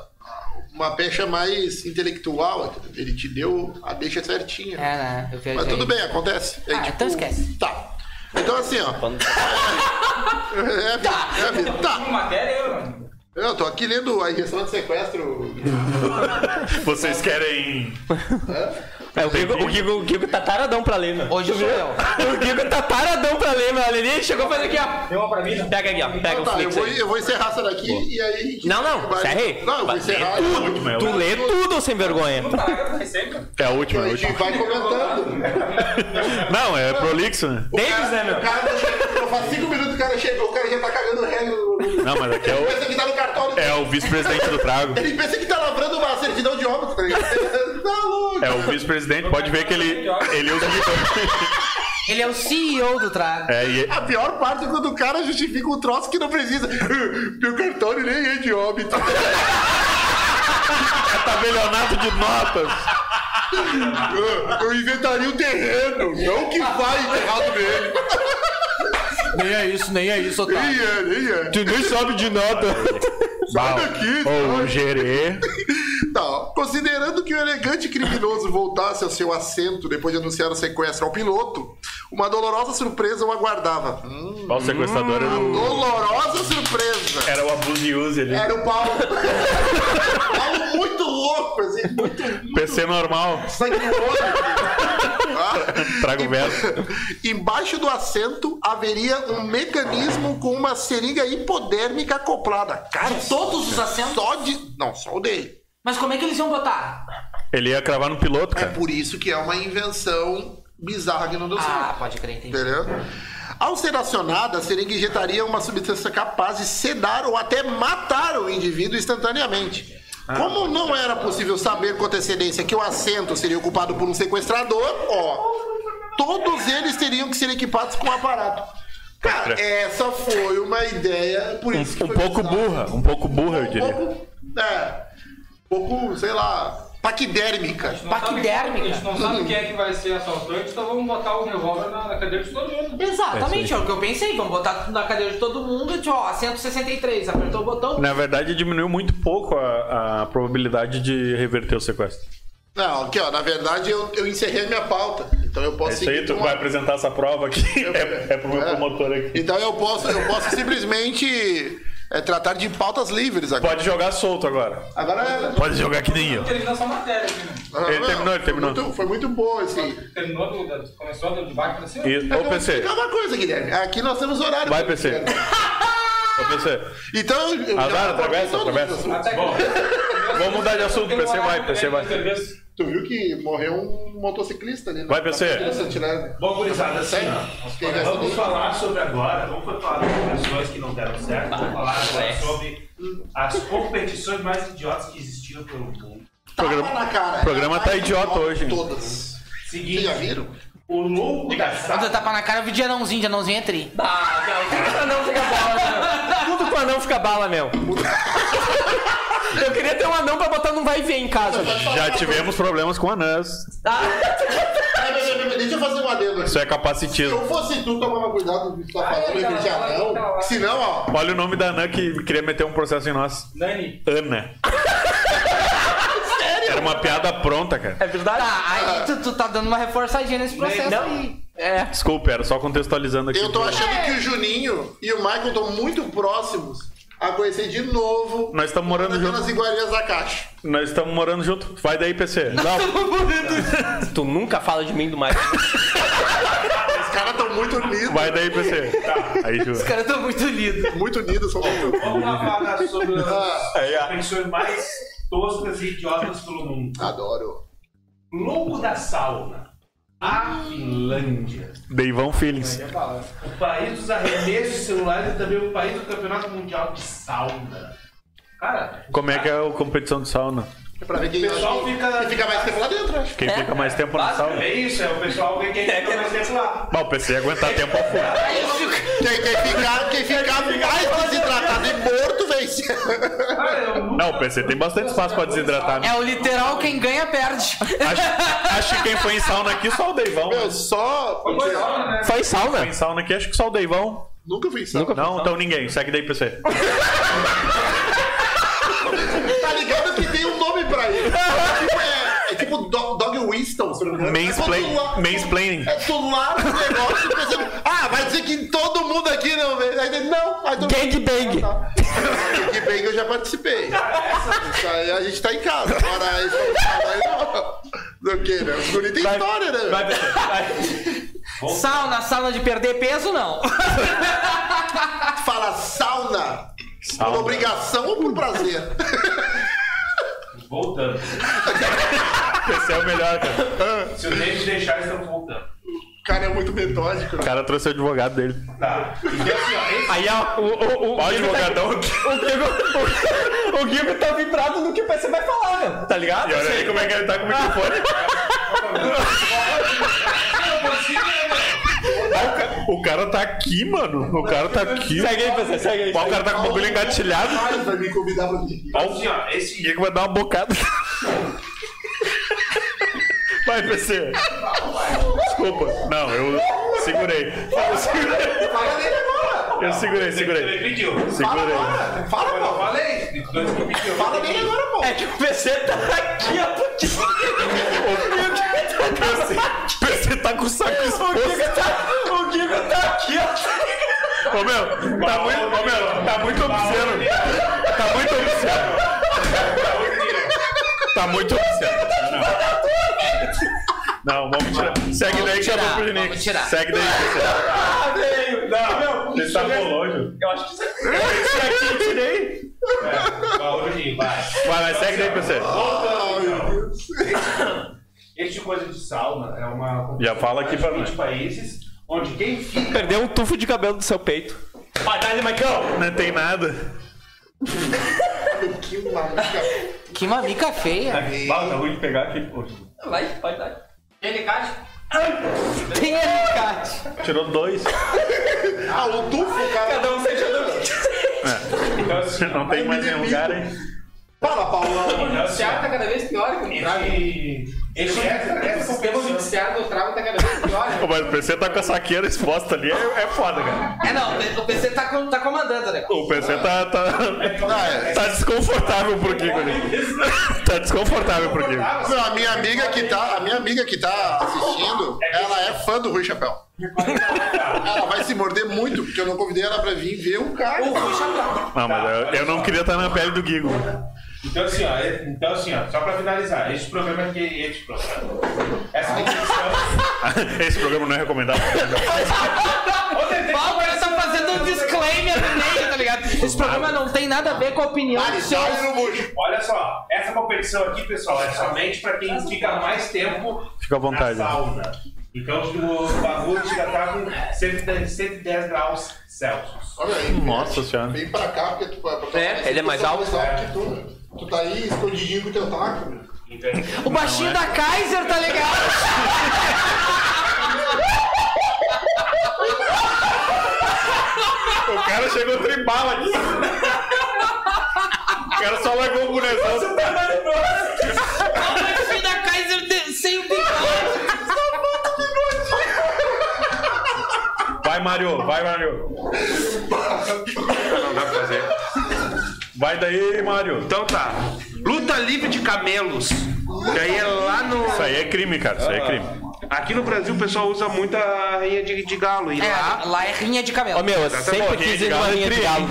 C: uma pecha mais intelectual. entendeu? Ele te deu a deixa certinha.
E: É, né? Eu vi-
C: Mas tudo bem, acontece. É,
E: Ah, então esquece.
C: Tá. Então assim, ó. É, tá. É, a vida. tá.
H: Uma matéria eu, mano.
C: Eu tô aqui lendo a injeção de sequestro.
B: Vocês querem.
A: É, o Gigo, o, Gigo, o Gigo tá taradão pra ler, né?
E: Hoje sou eu.
A: O Gigo tá taradão pra ler, meu. Ele chegou fazendo aqui, ó.
H: Tem uma pra mim, né?
A: Pega aqui, ó. Pega
C: Então
A: o
C: tá, eu
A: Flix
C: vou,
A: aí.
C: eu vou encerrar essa daqui e aí a gente.
A: Não, não,
C: vai-
A: encerrei.
C: Não, eu vou encerrar.
B: Último, é
A: Tu
B: o-
A: lê tudo, sem vergonha.
H: Um parágrafo recebe.
B: É o último,
C: Então
B: é o
C: a gente
B: último.
C: vai comentando.
B: Não, é prolixo, né?
A: Davis, né,
C: O
A: meu?
C: cara tá chegando, eu faço cinco minutos o cara chegou, o cara já tá cagando regra. no-
B: Não, mas aqui é
C: Ele
B: o,
C: pensa que tá no cartório.
B: é o vice-presidente do trago.
C: Ele pensa que tá lavrando uma certidão de óbito, tá ligado? Tá louco.
B: É o vice-presidente, pode ver que ele, ele usa o
E: Ele é o CEO do trago.
B: É, e
C: A pior parte é quando o cara justifica um troço que não precisa. "Ah, Meu cartório nem é de óbito.
B: é tabelionato de notas.
C: "Ah, Eu inventaria um terreno, não que vai errado nele.
E: Nem é isso, nem é isso,
C: Nem é, nem é.
B: Tu nem sabe de nota.
C: Sai daqui,
B: Ou
C: sai.
B: o gerê.
C: Tá, considerando que o elegante criminoso voltasse ao seu assento depois de anunciar o sequestro ao piloto, uma dolorosa surpresa o aguardava. Hum, É.
B: Qual sequestrador era o,
C: dolorosa surpresa!
B: era o abuso de use ali?
C: Era o Paulo. Paulo muito louco, assim, muito
B: PC normal.
C: sanguinoso. Ah.
B: Trago verso.
C: Embaixo do assento haveria um mecanismo com uma seringa hipodérmica acoplada. Cara,
E: Todos os assentos.
C: só de. Não, só o dele.
E: Mas como é que eles iam botar?
B: Ele ia cravar no piloto,
C: É
B: cara.
C: por isso que é uma invenção bizarra que não deu
E: Ah,
C: certo.
E: pode crer, entendi.
C: Entendeu? Ao ser acionada, a seringa injetaria uma substância capaz de sedar ou até matar o indivíduo instantaneamente.
B: Ah.
C: Como não era possível saber com antecedência que o assento seria ocupado por um sequestrador, ó, todos eles teriam que ser equipados com o aparato. Cara,
B: Cara.
C: essa foi uma ideia, por isso que
B: Um
C: foi
B: pouco
C: bizarra.
B: burra, um pouco burra, eu
C: Um
B: diria.
C: pouco, é, um pouco, sei lá, paquidérmica.
H: Não sabe-
E: Paquidérmica.
H: A gente não sabe quem é que vai ser assaltante, então vamos botar o revólver na, na cadeira de todo mundo.
E: Exatamente, é, o que eu pensei. Vamos botar tudo na cadeira de todo mundo. Tipo, ó, 163, apertou o botão.
B: Na verdade, diminuiu muito pouco a, a probabilidade de reverter o sequestro.
C: Não, aqui ó, na verdade eu, eu encerrei a minha pauta, então eu posso
B: É isso aí,
C: seguir
B: tu
C: com
B: vai
C: a-
B: apresentar essa prova aqui. É, é pro meu
C: É.
B: promotor aqui.
C: Então eu posso, eu posso simplesmente é, tratar de pautas livres agora.
B: Pode jogar solto agora.
C: Agora é.
B: Pode jogar que nem eu.
H: Terminou essa matéria aqui, né?
C: Ah,
B: Ele terminou, ele
C: foi
B: terminou.
C: muito- foi muito boa assim. esse.
H: Terminou, do, da- começou do debate pra cima.
B: E, ô, PC.
C: Calma uma coisa, Guilherme. Aqui nós temos horário.
B: Vai,
C: pra-
B: PC. Ô, PC.
C: Então. eu- eu
B: Azar,
C: já-
B: atravessa,
C: todos os
B: atravessa.
C: assuntos.
H: Até que...
B: Vamos mudar de é assunto, PC vai, PC vai.
C: Tu viu que morreu um motociclista ali, né?
B: Vai, PC.
D: Bom, gurizada, assim, ó.
C: Fiquei gastando
D: Vamos falar sobre agora, vamos falar das competições que não deram certo, vamos falar agora sobre as competições mais idiotas que existiam pelo mundo.
B: Programa-
C: na cara.
B: o programa tá
C: Ai,
B: idiota hoje, hein?
C: Todas. Vocês
D: Seguinte,
C: já viram?
D: o louco da
E: Quando
D: sala.
E: eu tapa na cara, eu vi de anãozinho, de anãozinho entre.
A: Ah, não, tudo com anão fica bala, meu. Tudo com anão fica bala, meu. Eu queria ter um anão pra botar num vai e vem em casa.
B: Já tivemos problemas com anãs.
C: Ai, mas, mas, mas, Deixa eu fazer um adendo aqui.
B: Isso é
C: Se
B: capacitismo.
C: eu fosse tu, tomava cuidado do que tu tá falando,
H: Ai,
C: em vez de
H: cara,
C: anão.
H: cara.
C: Senão, ó.
B: Olha o nome da anã que queria meter um processo em nós.
H: Nani,
B: Ana.
C: Sério?
B: Era uma piada pronta, cara.
A: É verdade?
E: Tá, aí tu, tu tá dando uma reforçadinha nesse processo aí.
A: É.
B: Desculpa, era só contextualizando aqui.
C: Eu tô achando que o Juninho e o Michael estão muito próximos a conhecer de novo.
B: Nós estamos morando
C: Naquelas
B: junto.
C: iguarias da caixa.
B: Nós estamos morando junto. Vai daí, PC. Não.
A: Tu nunca fala de mim do mais.
C: Os caras estão muito unidos.
B: Vai daí, PC. Aí, Ju.
E: Os caras estão muito lidos.
C: Muito unidos, são muito.
D: Vamos lá falar sobre
C: Ah.
D: as
B: Aí, ó.
D: competições mais toscas e idiotas pelo mundo.
C: Adoro.
D: Lobo da sauna. A Finlândia.
B: Deivão Feelings.
D: O país dos arremessos celulares e também o país do campeonato mundial de sauna. Cara,
B: Como é que é a competição de sauna?
C: É pra ver quem,
D: O pessoal
C: acha que-
D: fica-
C: quem fica mais tempo lá dentro, acho.
B: Quem fica mais tempo na sauna?
D: é isso, é o pessoal que quer que mais tempo lá.
B: Bom, o PC ia aguentar tempo a fundo.
C: Quem, quem ficar, quem ficar mais desidratado e morto, vence.
D: Cara, Ah, eu nunca-
B: Não, o PC tem bastante espaço pra desidratar. né?
E: É o literal, quem ganha perde.
B: Acho, acho que quem foi em sauna aqui, só o Deivão. né?
C: Meu, só.
D: Foi sauna,
A: Só
D: né?
A: em
B: Foi em
A: sauna?
B: sauna aqui, acho que só o Deivão.
C: Nunca fui isso.
B: Não, então ninguém. Segue daí, PC.
C: Tá ligado que tem um nome pra ele. É tipo, é, é tipo do- Dog Winston, se não me engano.
B: Mansplain-
C: É quando tu la-
B: mansplaining.
C: É tu larga o negócio e pensa, ah, vai dizer que todo mundo aqui não vê. Aí ele, não, aí todo mundo-
A: Gangbang.
C: Ah, tá. Gangbang eu já participei. Isso aí a gente tá em casa. Agora, isso não. Não queira. Os né? guri tem história, né?
B: Vai, PC.
E: Sauna, sauna de perder peso, não.
C: Fala sauna.
B: Sauna.
C: Por obrigação ou por prazer?
D: Voltando.
B: PC é o melhor, cara.
D: Se o David deixar, estamos voltando.
C: O cara é muito metódico.
B: O cara trouxe o advogado dele.
D: Tá. Então assim, ó, esse
A: Aí, ó, o, tá o, o,
B: Ó, o
E: então.
B: advogadão.
A: o Guigo, o, o Guigo tá vibrado no que o PC vai falar, meu. Tá ligado?
B: E olha aí como é que ele tá com o microfone.
D: Então,
B: Ó, o ca- O cara tá aqui, mano. O cara tá aqui.
A: Segue aí, PC, segue aí.
B: Ó, o cara tá com o bagulho engatilhado.
C: Mas vai me convidar pra mim.
B: Ó,
D: assim, ó, esse
B: o Diego vai dar uma bocada. Vai, PC. Desculpa. Não, eu segurei. Eu segurei,
C: Fala dele agora.
B: eu segurei.
D: Ele
B: segurei.
D: pediu.
C: Fala
B: Segurei.
C: agora.
D: Eu
C: Fala,
D: não
C: pô.
D: falei. Dois que pediu.
C: Fala dele agora, pô.
A: É que o PC tá aqui, ó, tá porque
B: O PC, PC tá com o saco
A: o
B: exposto.
A: Guigo tá, o Guigo tá aqui, ó.
B: Ô meu, tá muito, ô, meu, tá muito obsceno. Tá muito obsceno. Tá muito obsceno. Não, vamos tirar. Segue daí que eu vou
E: tirar,
B: pro Linux.
E: vamos tirar.
B: Segue daí, PC.
A: Ah, veio. Não,
B: Você tá bolojo.
J: Eu acho que isso é
B: Isso aqui eu tirei.
D: Paulinho, É, vai.
B: Vai, vai, segue daí, PC.
D: Este coisa tipo de sauna é uma
B: Já fala aqui pra nós.
D: de 20 países, onde quem fica
A: perdeu um tufo de cabelo do seu peito.
B: Batalha, Maicão! Não tem nada.
C: Que maravilha.
E: Que mamica feia.
B: Bala, Ah, tá ruim de pegar aqui, pô.
J: Vai, vai, vai.
E: Delicate? Tem alicate.
B: Tirou dois.
C: Ah, o tufo, cara.
A: Cada um seja do
B: Não tem mais nenhum lugar, hein?
C: Fala, Paulão.
D: Então, assim, ó,
E: tá cada vez pior que
D: esse, esse, é um essa, essa competição-
E: do trago tá cada vez pior.
B: Ô, Mas o PC tá com a saqueira exposta ali, é, é foda, cara.
E: É não, o PC tá, com- tá comandando o negócio.
B: O PC tá. tá...
C: Ah, é.
B: Tá desconfortável pro Kiko ali. Tá desconfortável pro Kiko.
C: Não, a minha amiga que tá, a minha amiga que tá assistindo, ela é fã do Rui Chapéu. Ela vai se morder muito, porque eu não convidei ela pra vir ver o cara.
B: Não, mas eu, eu não queria estar na pele do Gigo.
D: Então assim, ó, é- então assim, ó, só pra finalizar, esse programa aqui, esse programa. Essa competição.
B: Esse programa não é recomendado.
D: Ô, Dedê,
E: Ó, O cara tá fazendo um disclaimer no meio, tá ligado? Esse programa não tem nada a ver com a opinião
C: Vai,
E: dos
C: sai
E: seus.
C: no bucho.
D: Olha só, essa competição aqui, pessoal, é somente pra quem fica mais tempo
B: Fica à vontade.
D: na sauna. Então o bagulho já tá com 110, 110 graus Celsius.
C: Olha aí.
B: Nossa senhora.
C: Vem pra cá, porque tu pra- pra-
A: É, ele é mais alto.
C: que tu. Tu tá aí escondidinho com o teu taco. meu.
D: Entendeu?
E: O baixinho da Kaiser, tá ligado?
B: O cara chegou tribala aqui. O cara só largou o bonezão.
E: O baixinho da Kaiser de- sem o bigode.
B: Vai, Mario, vai, Mario.
D: Não dá pra fazer.
B: Vai daí, Mario.
D: Então tá. Luta livre de camelos. Que aí é lá no.
B: Isso aí é crime, cara. Isso aí é crime.
D: Aqui no Brasil o pessoal usa muito a rainha de, de galo. E
E: É,
D: lá.
E: lá é rinha de camelo.
A: Ô meu, eu
B: Tá,
A: sempre quis ir numa linha de galo.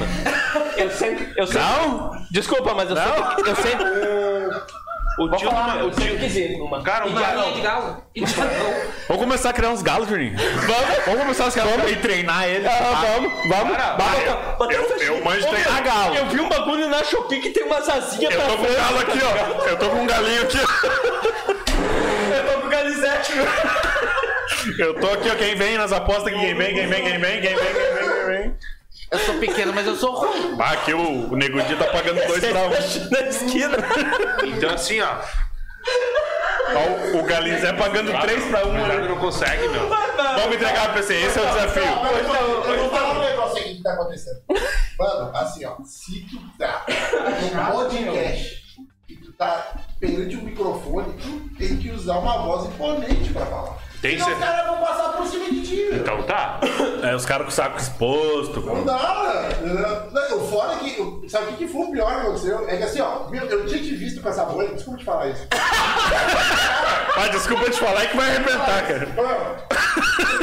A: Eu sempre. Eu sempre
B: Não?
A: desculpa, mas eu sempre. Eu sempre.
D: O tio, do ma- o
K: Eu sempre
D: tio-
K: quis ir numa.
D: Cara, um
E: E de rinha de
D: galo.
E: galo. E de anão.
B: Vamos começar a criar uns galos, Juninho. Vamos. Vamos começar a criar Ah, e treinar ele.
A: vamos, vamos.
D: Cara,
A: Bata, bata
B: eu-
A: essa
B: eu
A: chi-
B: manjo
A: Ô,
B: treinar
A: meu,
B: galo.
A: Eu vi um bagulho na Shopee que tem umas asinhas
B: Eu
A: pra
B: tô com um galo aqui, ó. Eu tô com um galinho aqui.
A: Eu tô com galizete, meu.
B: Eu tô aqui, ó. Quem vem nas apostas, quem vem, quem vem, quem vem, quem vem, quem vem, quem vem.
E: Eu sou pequeno, mas eu sou ruim.
B: Ah, aqui o, o Nego Di tá pagando dois pra um.
A: Na esquina.
D: Então assim,
B: um.
D: ó.
B: Ó, o, o Galizé pagando três pra um.
D: Cara,
B: né?
D: não consegue, meu.
B: Vamos entregar pra PC. Esse é o
C: Não,
B: desafio.
C: mas eu, vou- eu vou falar um negócio aqui que tá acontecendo. Mano, assim, ó, se tu tá no podcast e tu tá perante um microfone, tu tem que usar uma voz imponente pra falar.
D: Tem
C: Senão
D: cer-
C: os caras vão passar por cima de ti, velho.
D: Então tá.
B: É, os caras com o saco exposto.
C: Não dá, né? Não, eu- fora que. eu- Sabe o que, que foi o pior que aconteceu? É que assim, ó, meu, eu tinha te visto com essa bolha, desculpa te falar isso.
B: Ah, desculpa te falar é que vai arrebentar, cara.
C: Mano, eu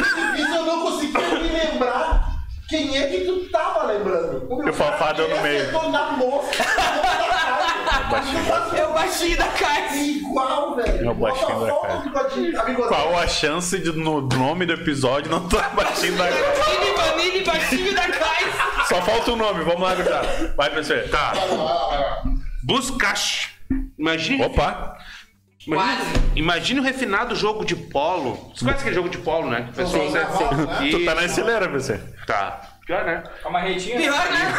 C: te visto, eu não conseguia me lembrar quem é que tu tava lembrando. O meu
B: E o Fafá deu no
C: cara, ele
B: meio.
C: acertou na mosca, É
E: É o baixinho da casa.
C: Igual, velho.
B: É o baixinho
C: Bota
B: da
C: foto
B: cara.
C: do bigodinho, amigo.
B: Qual a chance de no nome do episódio não tá baixinho da
E: Vanille, vanille, baixinho da casa.
B: Só falta o nome, vamos lá, Gustavo. Vai, PC. Tá.
D: Buscache. Imagina,
B: Opa.
E: Quase.
D: imagina o refinado jogo de polo. Você conhece aquele jogo de polo, né? Que o pessoal
C: Sim,
D: usa.
C: sim.
D: Isso,
B: Tu tá na acelera, PC.
D: Tá. Pior, né?
K: Com a marretinha.
E: Pior, né?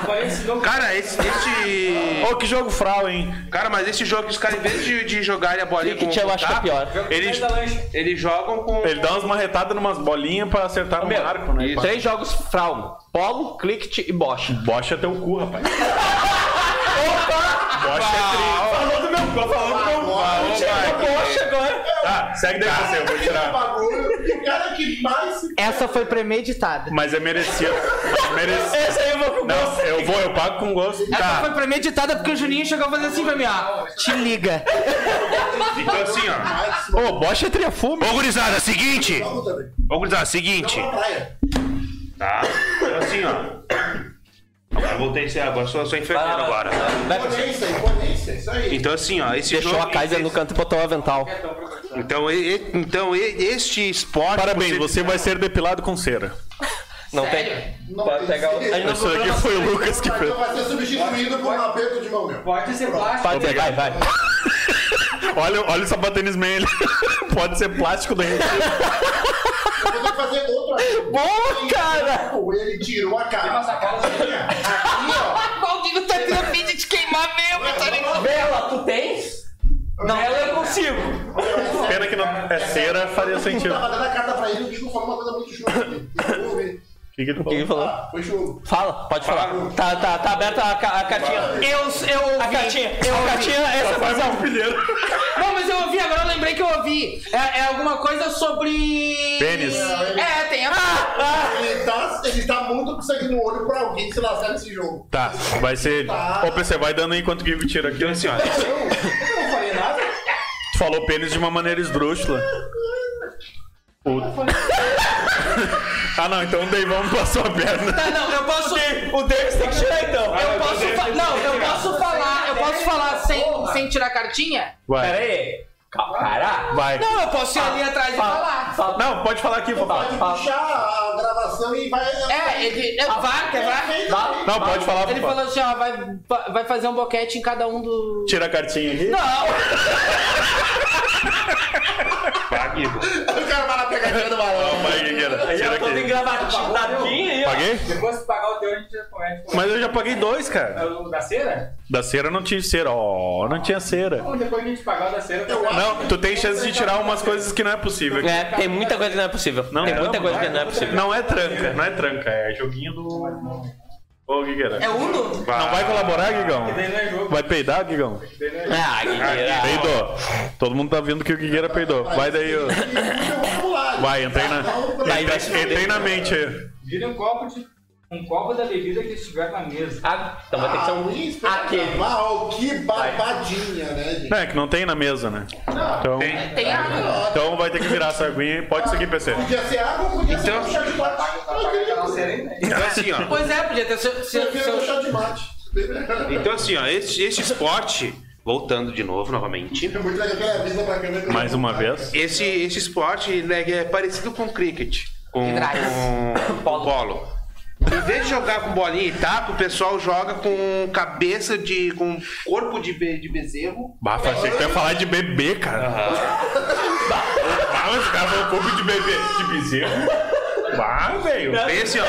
K: Agora esse jogo.
D: Cara, esse. esse...
B: Ô, que jogo fral, hein?
D: Cara, mas esse jogo, os caras, em vez de, de jogarem a bolinha
A: Que
D: com
A: que eu acho que é pior.
D: Eles, eles jogam com.
B: Ele dá umas marretadas numas bolinhas pra acertar no
A: Meu,
B: arco, né?
A: Três jogos fraude. Polo, Clicked e Bosch.
B: Bocha teu cu, rapaz. Bocha é tri. Falou do meu cu, falou do meu cu.
A: Bosch agora.
B: Tá, segue daí você, eu vou tirar.
C: bagulho, o cara que mais se
E: Essa foi premeditada.
B: Mas é merecido. É Merecido.
A: Esse aí eu vou com
B: Não, eu vou, eu pago com gosto.
E: Essa
B: Tá.
E: foi premeditada porque o Juninho chegou a fazer assim pra mim, ó. Te liga.
D: Então assim, ó.
B: Ô, Bocha é triafume.
D: Ô, gurizada, seguinte.
C: fala também.
D: Ô, gurizada, seguinte.
C: Na praia.
D: Tá? Então assim, ó. Agora eu voltei a ser agora, sou, sou enfermeiro agora.
C: Imponência, imponência, isso aí.
D: Então assim, ó, esse
A: Deixou
D: jogo.
A: a Kaiser no canto e botou o avental.
D: Então, e- e- então e- este esporte.
B: Parabéns, você vai ser depilado com cera.
A: Não tem.
E: Sério?
C: Não
K: Pode
C: tem
K: pegar o-
C: segredo.
B: Isso aqui foi o Lucas que fez.
C: Então vai ser substituído por um aperto de mão, meu.
K: Pode ser plástico.
A: Pode ser, vai, vai.
B: Olha, olha o sabatenismo ele. Pode ser plástico daí.
C: Eu vou ter que fazer outro aperto.
A: Boa, cara!
C: Ele tirou a cara.
K: Nossa, cara,
C: Aqui,
E: Qual que tá tendo a fim de te queimar mesmo, tá ligado?
K: Vela, tu tens? Não, ela eu consigo.
B: Pena que não é cera, faria
C: ó. Eu
B: sentido.
C: tava dando a carta pra ele, o Guigo falou uma coisa muito chula. Eu vou ver. Ah,
B: O que que tu
A: O que ele
B: falou?
A: falou?
C: Foi chulo.
A: Fala, pode falar. Tá, tá, tá aberta a, ca- a cartinha. Eu, eu A cartinha, a cartinha, essa
B: Vai
A: visão.
B: mais um pilheiro.
E: Não, mas eu ouvi, agora eu lembrei que eu ouvi. É, é alguma coisa sobre.
B: Pênis.
E: É, tem a.
C: Ele tá, ele tá muito com sangue no olho pra alguém se lascar nesse jogo.
B: Tá, vai ser.
E: Tá.
B: Ô, PC, vai dando aí enquanto o Guigo tira aqui.
D: Então assim, ó.
B: Tu falou pênis de uma maneira esdrúxula. O- ah, não, então daí vamos passar a perna.
E: Tá, não, eu posso.
A: O Davis tem que tirar então.
E: Eu posso fa- Não, eu posso falar, eu posso falar sem, sem tirar cartinha?
K: Pera
B: Vai,
K: aí. Calma, cara.
B: vai.
E: Não, eu posso ir ali atrás
B: Ah.
E: e falar.
B: Não, pode falar aqui, papai.
C: Pode puxar a gravação e vai.
E: É, ele.
B: Ah.
E: É, vai, quer vai?
B: Não, pode falar,
E: Ele
B: papai.
E: falou assim, ó, vai, vai fazer um boquete em cada um do.
B: Tira a cartinha aqui.
E: Não!
D: Pá, Guigo.
C: O cara vai lá pegar dinheiro do balão.
B: Vai, Guigueira. Tira
K: Todo
B: aqui.
K: engravatadinho aí, ó.
B: Paguei?
K: Depois que pagar o teu, a gente já começa.
B: Mas eu já paguei dois, cara.
K: O da cera?
B: Da cera não tinha cera. Ó, não tinha cera.
K: Ou depois que a gente pagar o da cera, eu
B: Não, tu tem chance de tirar umas coisas que não é possível. aqui.
A: É, tem muita coisa que não é possível.
B: Não,
A: tem muita
B: não,
A: coisa
B: não.
A: que não é possível.
B: Não é tranca, não é tranca, é joguinho do. Ô, Guigueira.
E: É Uno?
B: Não vai colaborar, Guigão?
E: é
L: né,
B: Vai peidar, Guigão?
A: Ah, Guigueira.
B: Peidou. Todo mundo tá vendo que o Guigueira peidou. Vai daí, ô.
C: Então, Vamos lá.
B: Vai, entrei na.
C: Não,
B: Entrei, entrei na mente aí.
K: vira um copo de.
L: um copo da bebida que estiver na mesa.
K: Ah, então vai ter que ser um.
A: Aquele.
C: Uau, que babadinha, né, gente?
B: É, que não tem na mesa, né? Então,
E: Tem água.
B: então vai ter que virar essa aguinha. Pode seguir, PC.
C: Podia ser água, podia ser
D: Então-
C: um chá de mate. Ah, querido,
D: Então assim, ó.
E: Pois é, podia ter seu. seu,
C: Prefiro um
E: seu...
C: chá de mate.
D: Então assim, ó, esse, esse esporte, voltando de novo, novamente.
C: É muito legal que ela avisa pra câmera. que eu um
B: Mais
C: vou
B: uma
C: voltar.
B: vez.
D: Esse, esse esporte né, que é parecido com o cricket. Com,
E: Hidrais.
D: com, polo. polo. Em vez de jogar com bolinha e tapa, o pessoal joga com cabeça de. com corpo de, be- de bezerro.
B: Bafa, achei que tu ia falar de bebê, cara. Ah, mas o cara falou corpo de bebê, de bezerro. Ah, velho.
D: Bem assim, ó.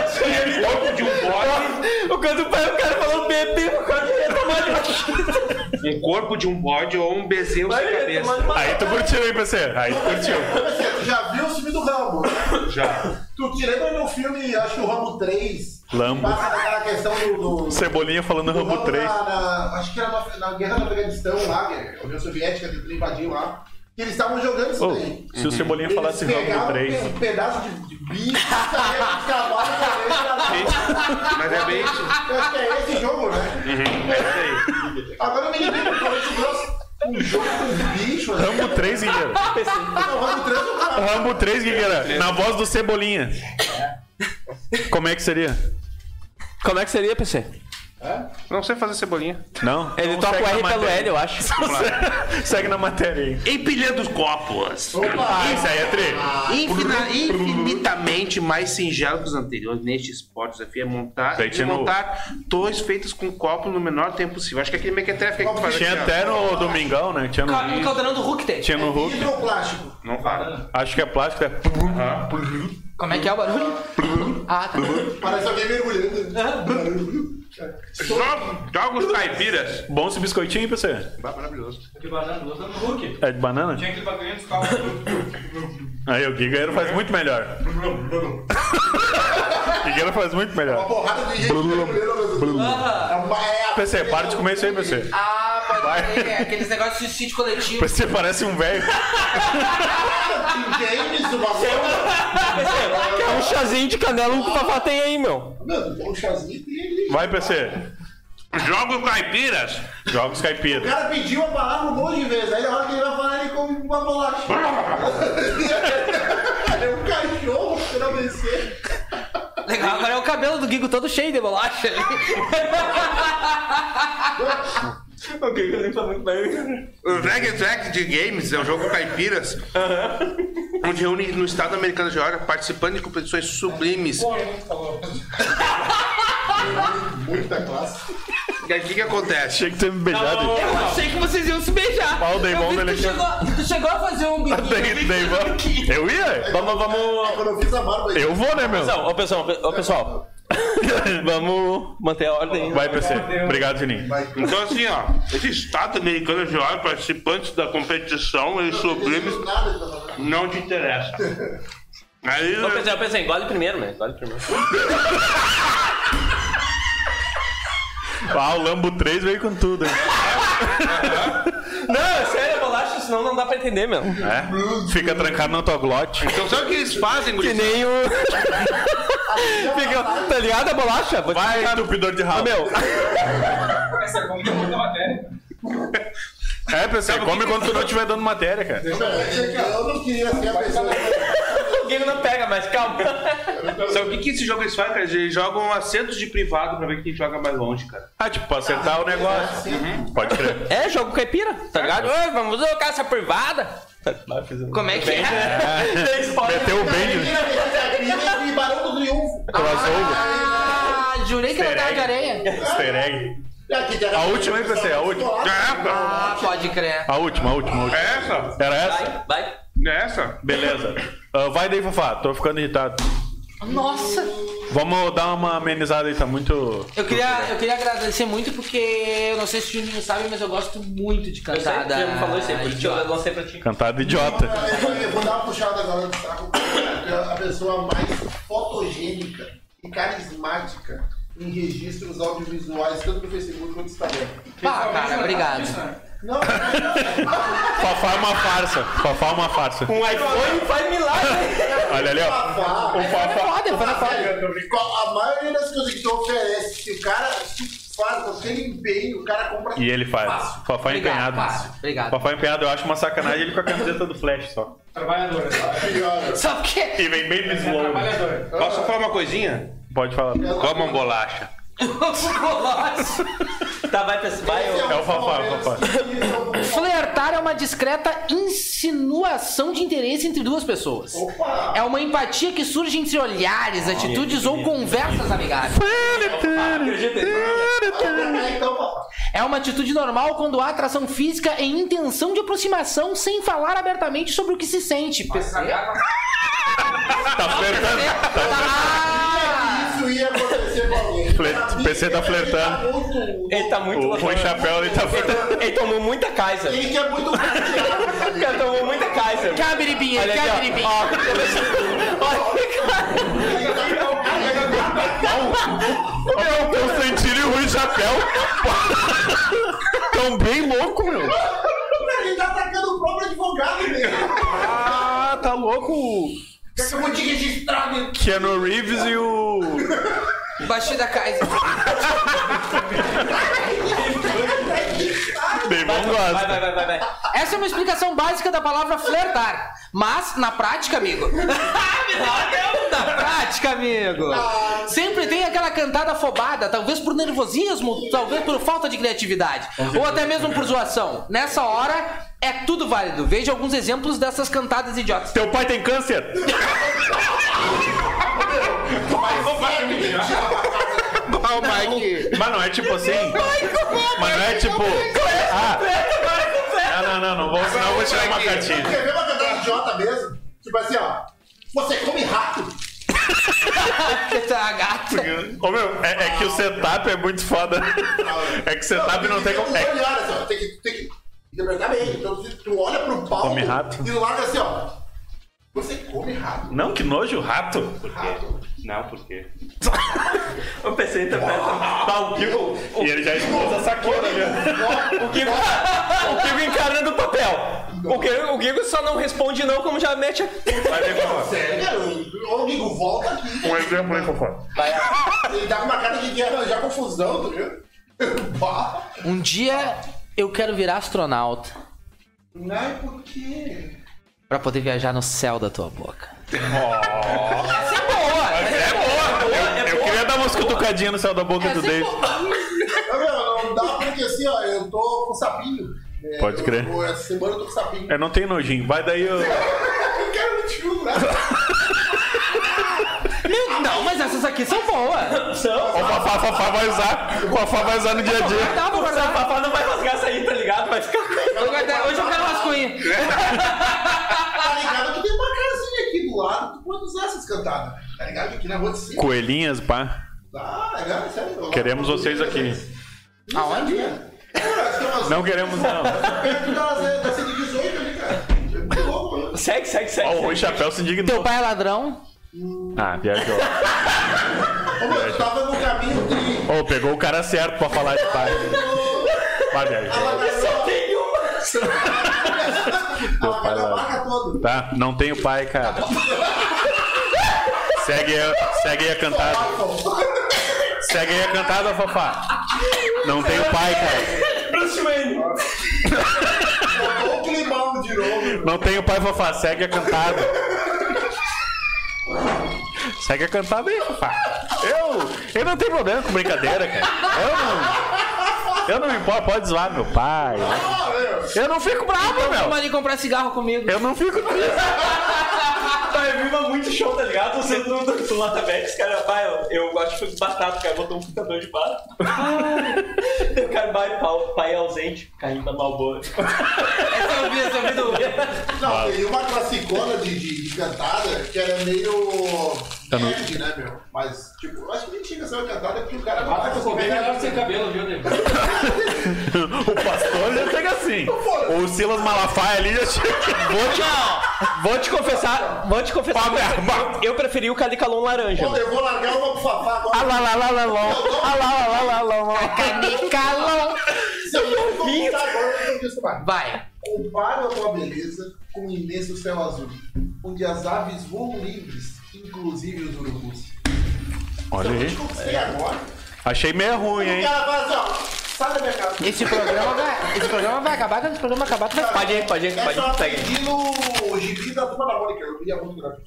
D: Corpo de um bode.
A: O cara, do pai, o cara falou bebê por causa de retomar tá de batida.
D: Um corpo de um bode ou um bezerro sem cabeça.
B: Aí tu curtiu, hein, PC? Aí tu curtiu.
C: Você já viu o filme do Rambo? né?
D: Já.
C: Tu te lembra no filme, acho que o Rambo 3?
B: Lambo.
C: Passa naquela questão do. do-
B: Cebolinha falando
C: do
B: Rambo 3.
C: Na, na- acho que era na, na guerra do Afeganistão lá, que a União Soviética tentou invadir lá. Que eles estavam jogando isso
B: Ô,
C: daí.
B: se o Cebolinha
C: Eles
B: falasse
C: pegavam
B: Rambo 3.
C: Um pedaço de, de bicho, saíam de cavalo, saíam de cavalo.
D: Mas é bem isso.
C: Eu acho que é esse jogo, né?
D: É isso aí.
C: Agora eu me lembro que quando a gente trouxe um jogo com bicho, né?
B: Rambo 3, Guigueira.
C: Não, o Rambo é um 3 não tava.
B: Rambo 3, Guigueira. Na voz do Cebolinha. Como é que seria?
A: Como é que seria, PC?
D: Não sei fazer cebolinha.
B: Não?
A: Ele
B: Então
A: toca
B: segue
A: o
B: na
A: R pelo
B: matéria.
A: L, eu acho.
B: Segue na matéria aí.
D: Empilhando os copos.
B: Isso aí é tri.
D: Infina- infinitamente mais singelo que os anteriores neste esporte. O desafio é montar,
B: Daí tinha Tá no-
D: montar torres feitas com copo no menor tempo possível. Acho que é aquele mequetrefe que a gente faz
B: Tinha
D: aqui, ó.
B: até no Domingão, né? Tinha
E: Ca- No
B: no,
E: caldeirão do Hulk tem.
B: tinha no Hulk.
C: Vidro ou plástico?
D: Não para.
B: Acho que é plástico, é.
E: Como é que é o barulho? Ah, tá.
C: Parece alguém mergulhando.
D: Joga joga os caipiras.
B: Bom esse biscoitinho, hein, PC?
D: Maravilhoso.
L: De banana, usando no Hulk.
B: É de banana?
L: Tinha aquele bagulho dos copos.
B: Aí o Guigueiro faz muito melhor. Guigueiro faz muito melhor.
C: É Porrada de gente mergulhando ao mesmo tempo. É uma- é a-
B: PC, para de comer isso aí, PC.
E: Ah,
B: Vai.
E: pode ser. Aqueles negócios de suicídio coletivo.
B: PC parece um velho.
C: James, uma coisa.
A: Quer um chazinho de canela, um papá tem aí, meu.
C: Mano, um chazinho tem ali.
B: Vai, PC.
D: Joga os caipiras.
B: Joga os
C: O
B: caipira.
C: cara pediu a palavra um monte de vezes. Aí na hora que ele vai falar, ele come uma bolacha. é um cachorro querendo vencer.
E: Legal, agora é o cabelo do Gigo todo cheio de bolacha ali.
D: O Drag Drag de Games é um jogo com caipiras, onde reúne no estado americano de Georgia participantes de competições sublimes.
C: Muita classe.
D: E aí o que, que acontece?
B: Achei que tu ia me beijar. Di.
E: Eu achei que vocês iam se beijar.
B: Ó, o Deivon
E: Eu vi que tu,
B: dele aqui.
E: chegou, tu chegou a fazer um
B: Dei-
E: biquinho.
B: dei- Eu ia?
A: Vamos, vamos.
C: Ah, Quando eu fiz a barba aí.
B: Eu vou, né, meu?
A: Pessoal, ô pessoal, ô pessoal. Vamos manter a ordem.
B: Vai, PC. Obrigado, Juninho.
D: Então assim, ó, esse estado americano de Georgia participantes da competição, eles sublimes
C: Não nada de trabalhar.
D: Não te interessa. Aí
K: Ô, PC, ô, PC, engole primeiro, né? Engole primeiro.
B: Ah, o Lambo 3 veio com tudo, hein?
A: Não, é sério, bolacha, senão não dá pra entender, meu.
B: É? Fica trancado na tua glote.
D: então sabe o que eles fazem,
A: Que
D: gurizada?
A: nem o. Fica, tá ligado a bolacha? Vou te
B: Vai,
A: explicar.
B: entupidor de
A: Ô,
B: rabo.
A: meu,
L: Começa com muita matéria.
B: É, PC, come quando tu não estiver dando matéria, cara.
C: Eu não queria ser a pessoa.
A: o Guigo não pega, mas calma.
D: Sabe o que, que esses jogos eles fazem, cara? Eles jogam assentos de privado pra ver quem joga mais longe, cara.
B: Ah, tipo, pra acertar o negócio. Uhum. Pode crer.
A: É, jogo caipira, tá ligado? Ô, vamos jogar essa privada.
K: um
E: Como é que é?
B: né? Meteu o
C: Ele
B: bend.
C: ia ver essa crise e Barão do Triunfo.
B: Crossover.
E: Ah, jurei que não tava de
B: Easter egg.
E: areia.
B: Easter egg.
C: Aqui, cara.
B: A última, hein, PC? A última.
D: É
E: Ah, pode crer.
B: A última, a última, a última.
D: essa?
B: Era essa?
K: Vai.
D: É essa?
B: Beleza. Ah, vai daí, Fofá. Tô ficando irritado.
E: Nossa.
B: Vamos dar uma amenizada aí, tá muito.
E: Eu queria, eu queria agradecer muito porque eu não sei se o Juninho sabe, mas eu gosto muito de
K: Eu sei que
E: cantada.
K: tu já me falou isso aí, por isso que eu
E: idiota.
K: lancei pra ti.
B: Cantado idiota.
C: Eu vou- Eu vou dar uma puxada agora do saco. porque A pessoa mais fotogênica e carismática em registros audiovisuais, tanto no Facebook quanto no Instagram.
E: Pá, cara, Ah, obrigado.
B: Fafá é uma farsa. Fafá é uma farsa.
A: Um iPhone faz milagre.
B: Olha ali, ó.
C: Fafá.
B: O Fafá.
C: É
B: tá
C: Foda, A maioria das coisas que tu oferece, se o cara se faz, com aquele empenho, o cara compra.
B: E ele faz. Fafá é empenhado. Obrigado. Fafá é empenhado, eu acho uma sacanagem ele com a camiseta do Flash só.
L: Trabalhadora. tá?
E: Só porque.
B: E vem bem slow. né?
L: Trabalhadora.
D: Posso falar uma coisinha?
B: Pode falar.
D: Como uma bolacha.
A: Tá, vai pra cima. Vai,
C: um
B: É o Fafá, é o Fafá.
E: Flertar é uma discreta insinuação de interesse entre duas pessoas. É uma empatia que surge entre
A: Ah,
E: olhares,
A: é,
E: atitudes ou conversas amigáveis.
C: então,
E: É uma atitude normal quando há atração física e intenção de aproximação sem falar abertamente sobre o que se sente. Percebe?
B: Tá flertando.
E: Ah!
C: Isso ia acontecer com alguém.
B: Flet- PC
C: é
B: tá flertando.
A: Ele tá muito
B: O Rui Chapéu, ele tá flertando.
A: Ele tomou muita Kaiser.
C: Ele que é muito
A: O cara tomou muita Kaiser.
E: Cabiribinha,
A: Olha aqui, ó.
E: cabiribinha.
A: Ó, Olha, cara.
B: Meu, o Santino e o Rui Chapéu tão bem louco, meu.
C: Ele tá atacando o próprio advogado dele.
B: Ah, tá louco o
C: Quer que eu vou te registrar meu?
B: Keanu Reeves e o...
E: Baixinho da Kaiser.
B: Devon
M: Vai,
B: gosta.
M: vai, vai, vai, vai.
E: Essa é uma explicação básica da palavra flertar. Mas, na prática, amigo. na prática, amigo. Sempre tem aquela cantada afobada, talvez por nervosismo, talvez por falta de criatividade. Ou até mesmo por zoação. Nessa hora, é tudo válido. Veja alguns exemplos dessas cantadas idiotas.
B: Teu pai tem câncer? Ah,
D: Ó, o Mike.
B: Mas não é tipo assim? Mas não é tipo... é Ah, não, não, não, não, vou, senão eu vou tirar uma cartilha.
C: Quer ver uma cantada idiota mesmo? Tipo assim, ó. Você come rato?
E: A gata.
B: Ô, meu, é, é que o setup é muito foda. É que o setup não tem como...
C: Tem que
B: É,
C: olhar, assim, ó. Tem que, tem que interpretar bem. Então tu- tu olha pro palco
B: Come rato.
C: e larga assim, ó. Você come rato?
B: não, que nojo, rato.
N: Não, por quê?
A: Eu pensei também.
B: Tá,
A: Bah, o Kiko.
B: E ele já expôs a saqueira, né?
A: O Kiko,
B: tá?
A: o Kiko encarando o papel. O Kiko, o Kiko só não responde não, como já mete a...
B: Vai ver como...
C: Sério? Ô, amigo, volta aqui.
B: Um exemplo aí, Fofão.
C: Ele tá com uma cara de que ia arranjar confusão, tá ligado? Bah.
E: Um dia eu quero virar astronauta
C: Não, por quê?
E: pra poder viajar no céu da tua boca. Essa é boa! essa
B: É boa!
A: é
B: Eu, assim, eu
A: boa.
B: queria dar umas cutucadinhas no céu da boca do
E: Essa é
B: Dave.
E: boa.
C: Não, meu, não dá porque assim, ó, eu tô com sapinho. É,
B: Pode
C: eu-
B: crer.
C: eu- essa semana eu tô com sapinho.
B: Eu É, não tenho nojinho. Vai daí, eu...
C: Eu quero um tio, né?
E: Meu, não, mas essas aqui são boas.
B: Ó, o Fafá, Fafá vai usar. O Fafá vai usar no dia a dia.
E: Dá
A: O
E: pra Tá, guardar.
A: Fafá não vai rasgar essa aí, tá ligado? Vai ficar...
E: Vou guardar. Hoje eu quero rascunho.
C: Tá ligado que tem uma casinha aqui do lado, tu pode usar essas cantadas. Tá ligado? Aqui na rua de cima.
B: Coelhinhas, pá.
C: Tá, legal, sério. Eu-
B: Queremos
C: eu-
B: vocês aqui.
C: Não
E: Aonde?
C: sabia. é Cara, acho que é umas-
B: Não queremos, não.
C: perto das- da 118 ali, cara. É muito louco, mano.
A: Segue, segue,
B: Ó, o
A: segue.
B: Rui Chapéu se
E: Teu
B: indignou.
E: pai é ladrão?
B: Ah, viajou.
C: Ô, meu, eu tava no caminho de.
B: Ô, pegou o cara certo pra falar de pai. Vai, viajou.
C: Ela vai
B: lá.
C: na marca toda.
B: Tá? Não tenho pai, cara. Segue, aí- segue aí a
C: Tá
B: cantada. Segue aí a cantada, Fafá. Não tenho pai, cara.
A: Bruce Wayne.
C: Botou o climão de novo.
B: Não tenho pai, Fafá. Segue a cantada. Segue a cantada aí, Fafá. Eu, eu não tenho problema com brincadeira, cara. Eu não, eu não me importo. Pode zoar meu pai.
C: Ah, é.
B: Eu não fico
A: Então,
B: bravo,
E: Vamos
B: meu.
E: ali comprar cigarro comigo.
B: Eu não fico triste.
A: Vai vir uma muito show, tá ligado? Você não do lado aberto, os caras, vai, eu, eu acho que foi com batata, o cara botou um computador de barro. Daí o cara vai, pau- pai ausente, caindo na malboa.
E: Essa eu vi, essa eu vi do.
C: Não, tem uma classicona de, de- de cantada que era meio. Nerd, né, meu? Mas, tipo, eu acho que nem tinha essa cantada porque o cara
E: Ah,
C: não né? vai
L: Mata com
C: conseguir.
L: melhor sem cabelo, viu, David?
B: O pastor já chega assim. O Silas Malafaia ali já chega.
A: Vou te, vou te confessar, vou te confessar.
B: Pá,
A: eu-
B: pá.
A: Eu preferi o Calicalon laranja.
C: Pô, Eu vou largar uma pro Fafá agora.
A: lá, lá, lá, lá, lá, lá, lá, lá, lá, lá, lá.
E: Canicalão.
C: Se eu vou contar agora, eu vou desculpar.
E: Vai.
C: Compara a tua beleza com o imenso céu azul, onde as aves voam livres, inclusive os urubus.
B: Olha aí.
C: Conquistei agora.
B: Achei meio ruim,
C: O
B: hein?
C: cara fala assim, ó, sai da minha casa.
E: É. Esse programa, vai, esse programa vai acabar, quando esse programa acabar, tu vai
C: Pode
A: ir, pode
C: É só pedir no gibi da turma da Mônica, eu queria muito gráfico.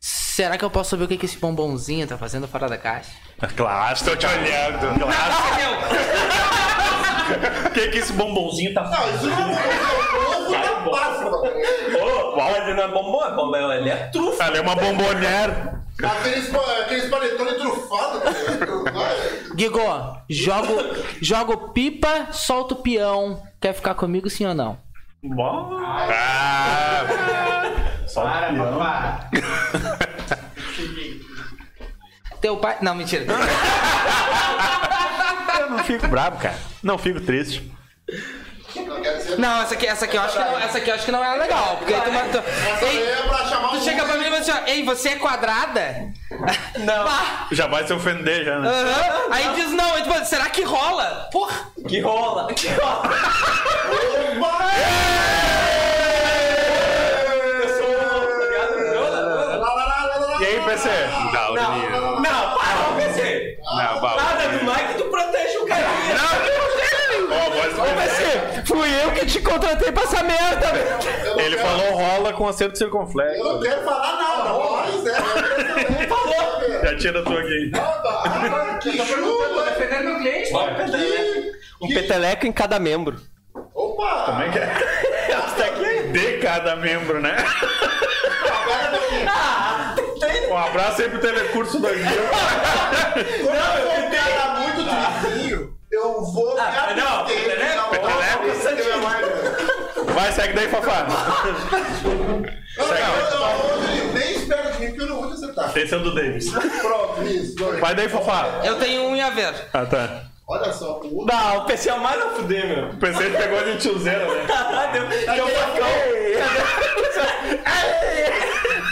E: Será que eu posso saber o que, que esse bombonzinho tá fazendo fora da caixa?
B: Claro, estou te olhando. Claro. O que que esse bombonzinho tá
C: Não, isso não é ovo
A: Sai,
C: da
A: bom.
C: Páscoa. tá
A: Ô, ela não é bombom, é bombom, ela é trufa.
B: Ela é uma bombonera.
C: Aqueles, pa- aqueles panetone trufado, tá ligado? Vai.
E: Guigo, jogo, jogo pipa, solta o peão. Quer ficar comigo, sim ou não?
B: Bom. Ah, só um peão.
L: Para.
E: Teu pai. Não, mentira.
B: Eu não fico bravo, cara. Não fico triste.
C: Não quer dizer-
E: Não, essa aqui, essa aqui eu acho que não, essa aqui eu acho que não era legal. Porque aí tu, tu,
C: Essa daí
E: ei,
C: é pra chamar
E: tu
C: um-
E: chega pra mim e fala assim, ó, ei, você é quadrada?
A: Não.
E: Pá,
B: Já vai se ofender, já, né?
E: aham. Aí diz não, aí tu fala, será que rola? Porra!
A: Que rola, que rola. Eu sou um, tá ligado? Não, não,
C: Lá, lá, lá, lá, lá, lá.
B: E aí, PC? Não,
A: não. Não, para, ô, PC.
B: não, bala.
A: Nada do Mike, tu protege o carinha.
B: Ó, a voz do PC.
O: Fui eu que te contratei pra essa merda, velho.
C: Eu não
B: Ele
C: quero-
B: falou rola com acerto circunflexo.
C: Eu não quero falar
E: Tá
C: nada, mas é.
B: Já tira a tua aqui.
C: ah,
E: Tá
C: Que chuva!
L: Defendendo meu cliente.
O: Um peteleco em cada membro.
C: Opa!
B: Como é que é? Essa aqui é de cada membro, né?
A: Ah,
B: Um abraço aí pro Telecurso 2000.
C: Quando eu for um cara muito trizinho, eu vou me
A: Ah, não,
C: abster
A: peteleco,
C: na hora
B: peteleco,
C: de
A: isso é
C: ter minha mãe, velho.
B: Vai, segue daí, Fafá.
C: Não, não, não, Rodrigo, nem espera de mim, porque eu não vou te acertar.
B: Esse é o do Davis.
C: Pronto, isso, dois.
B: Vai daí, Fafá.
E: Eu tenho um e a ver.
B: Ah, tá.
C: Olha só, o outro.
A: Não, o PC é o mais a fuder, meu.
B: Pensei que pegou de tiozeira, né?
A: Ah, deu, deu facão.
C: um?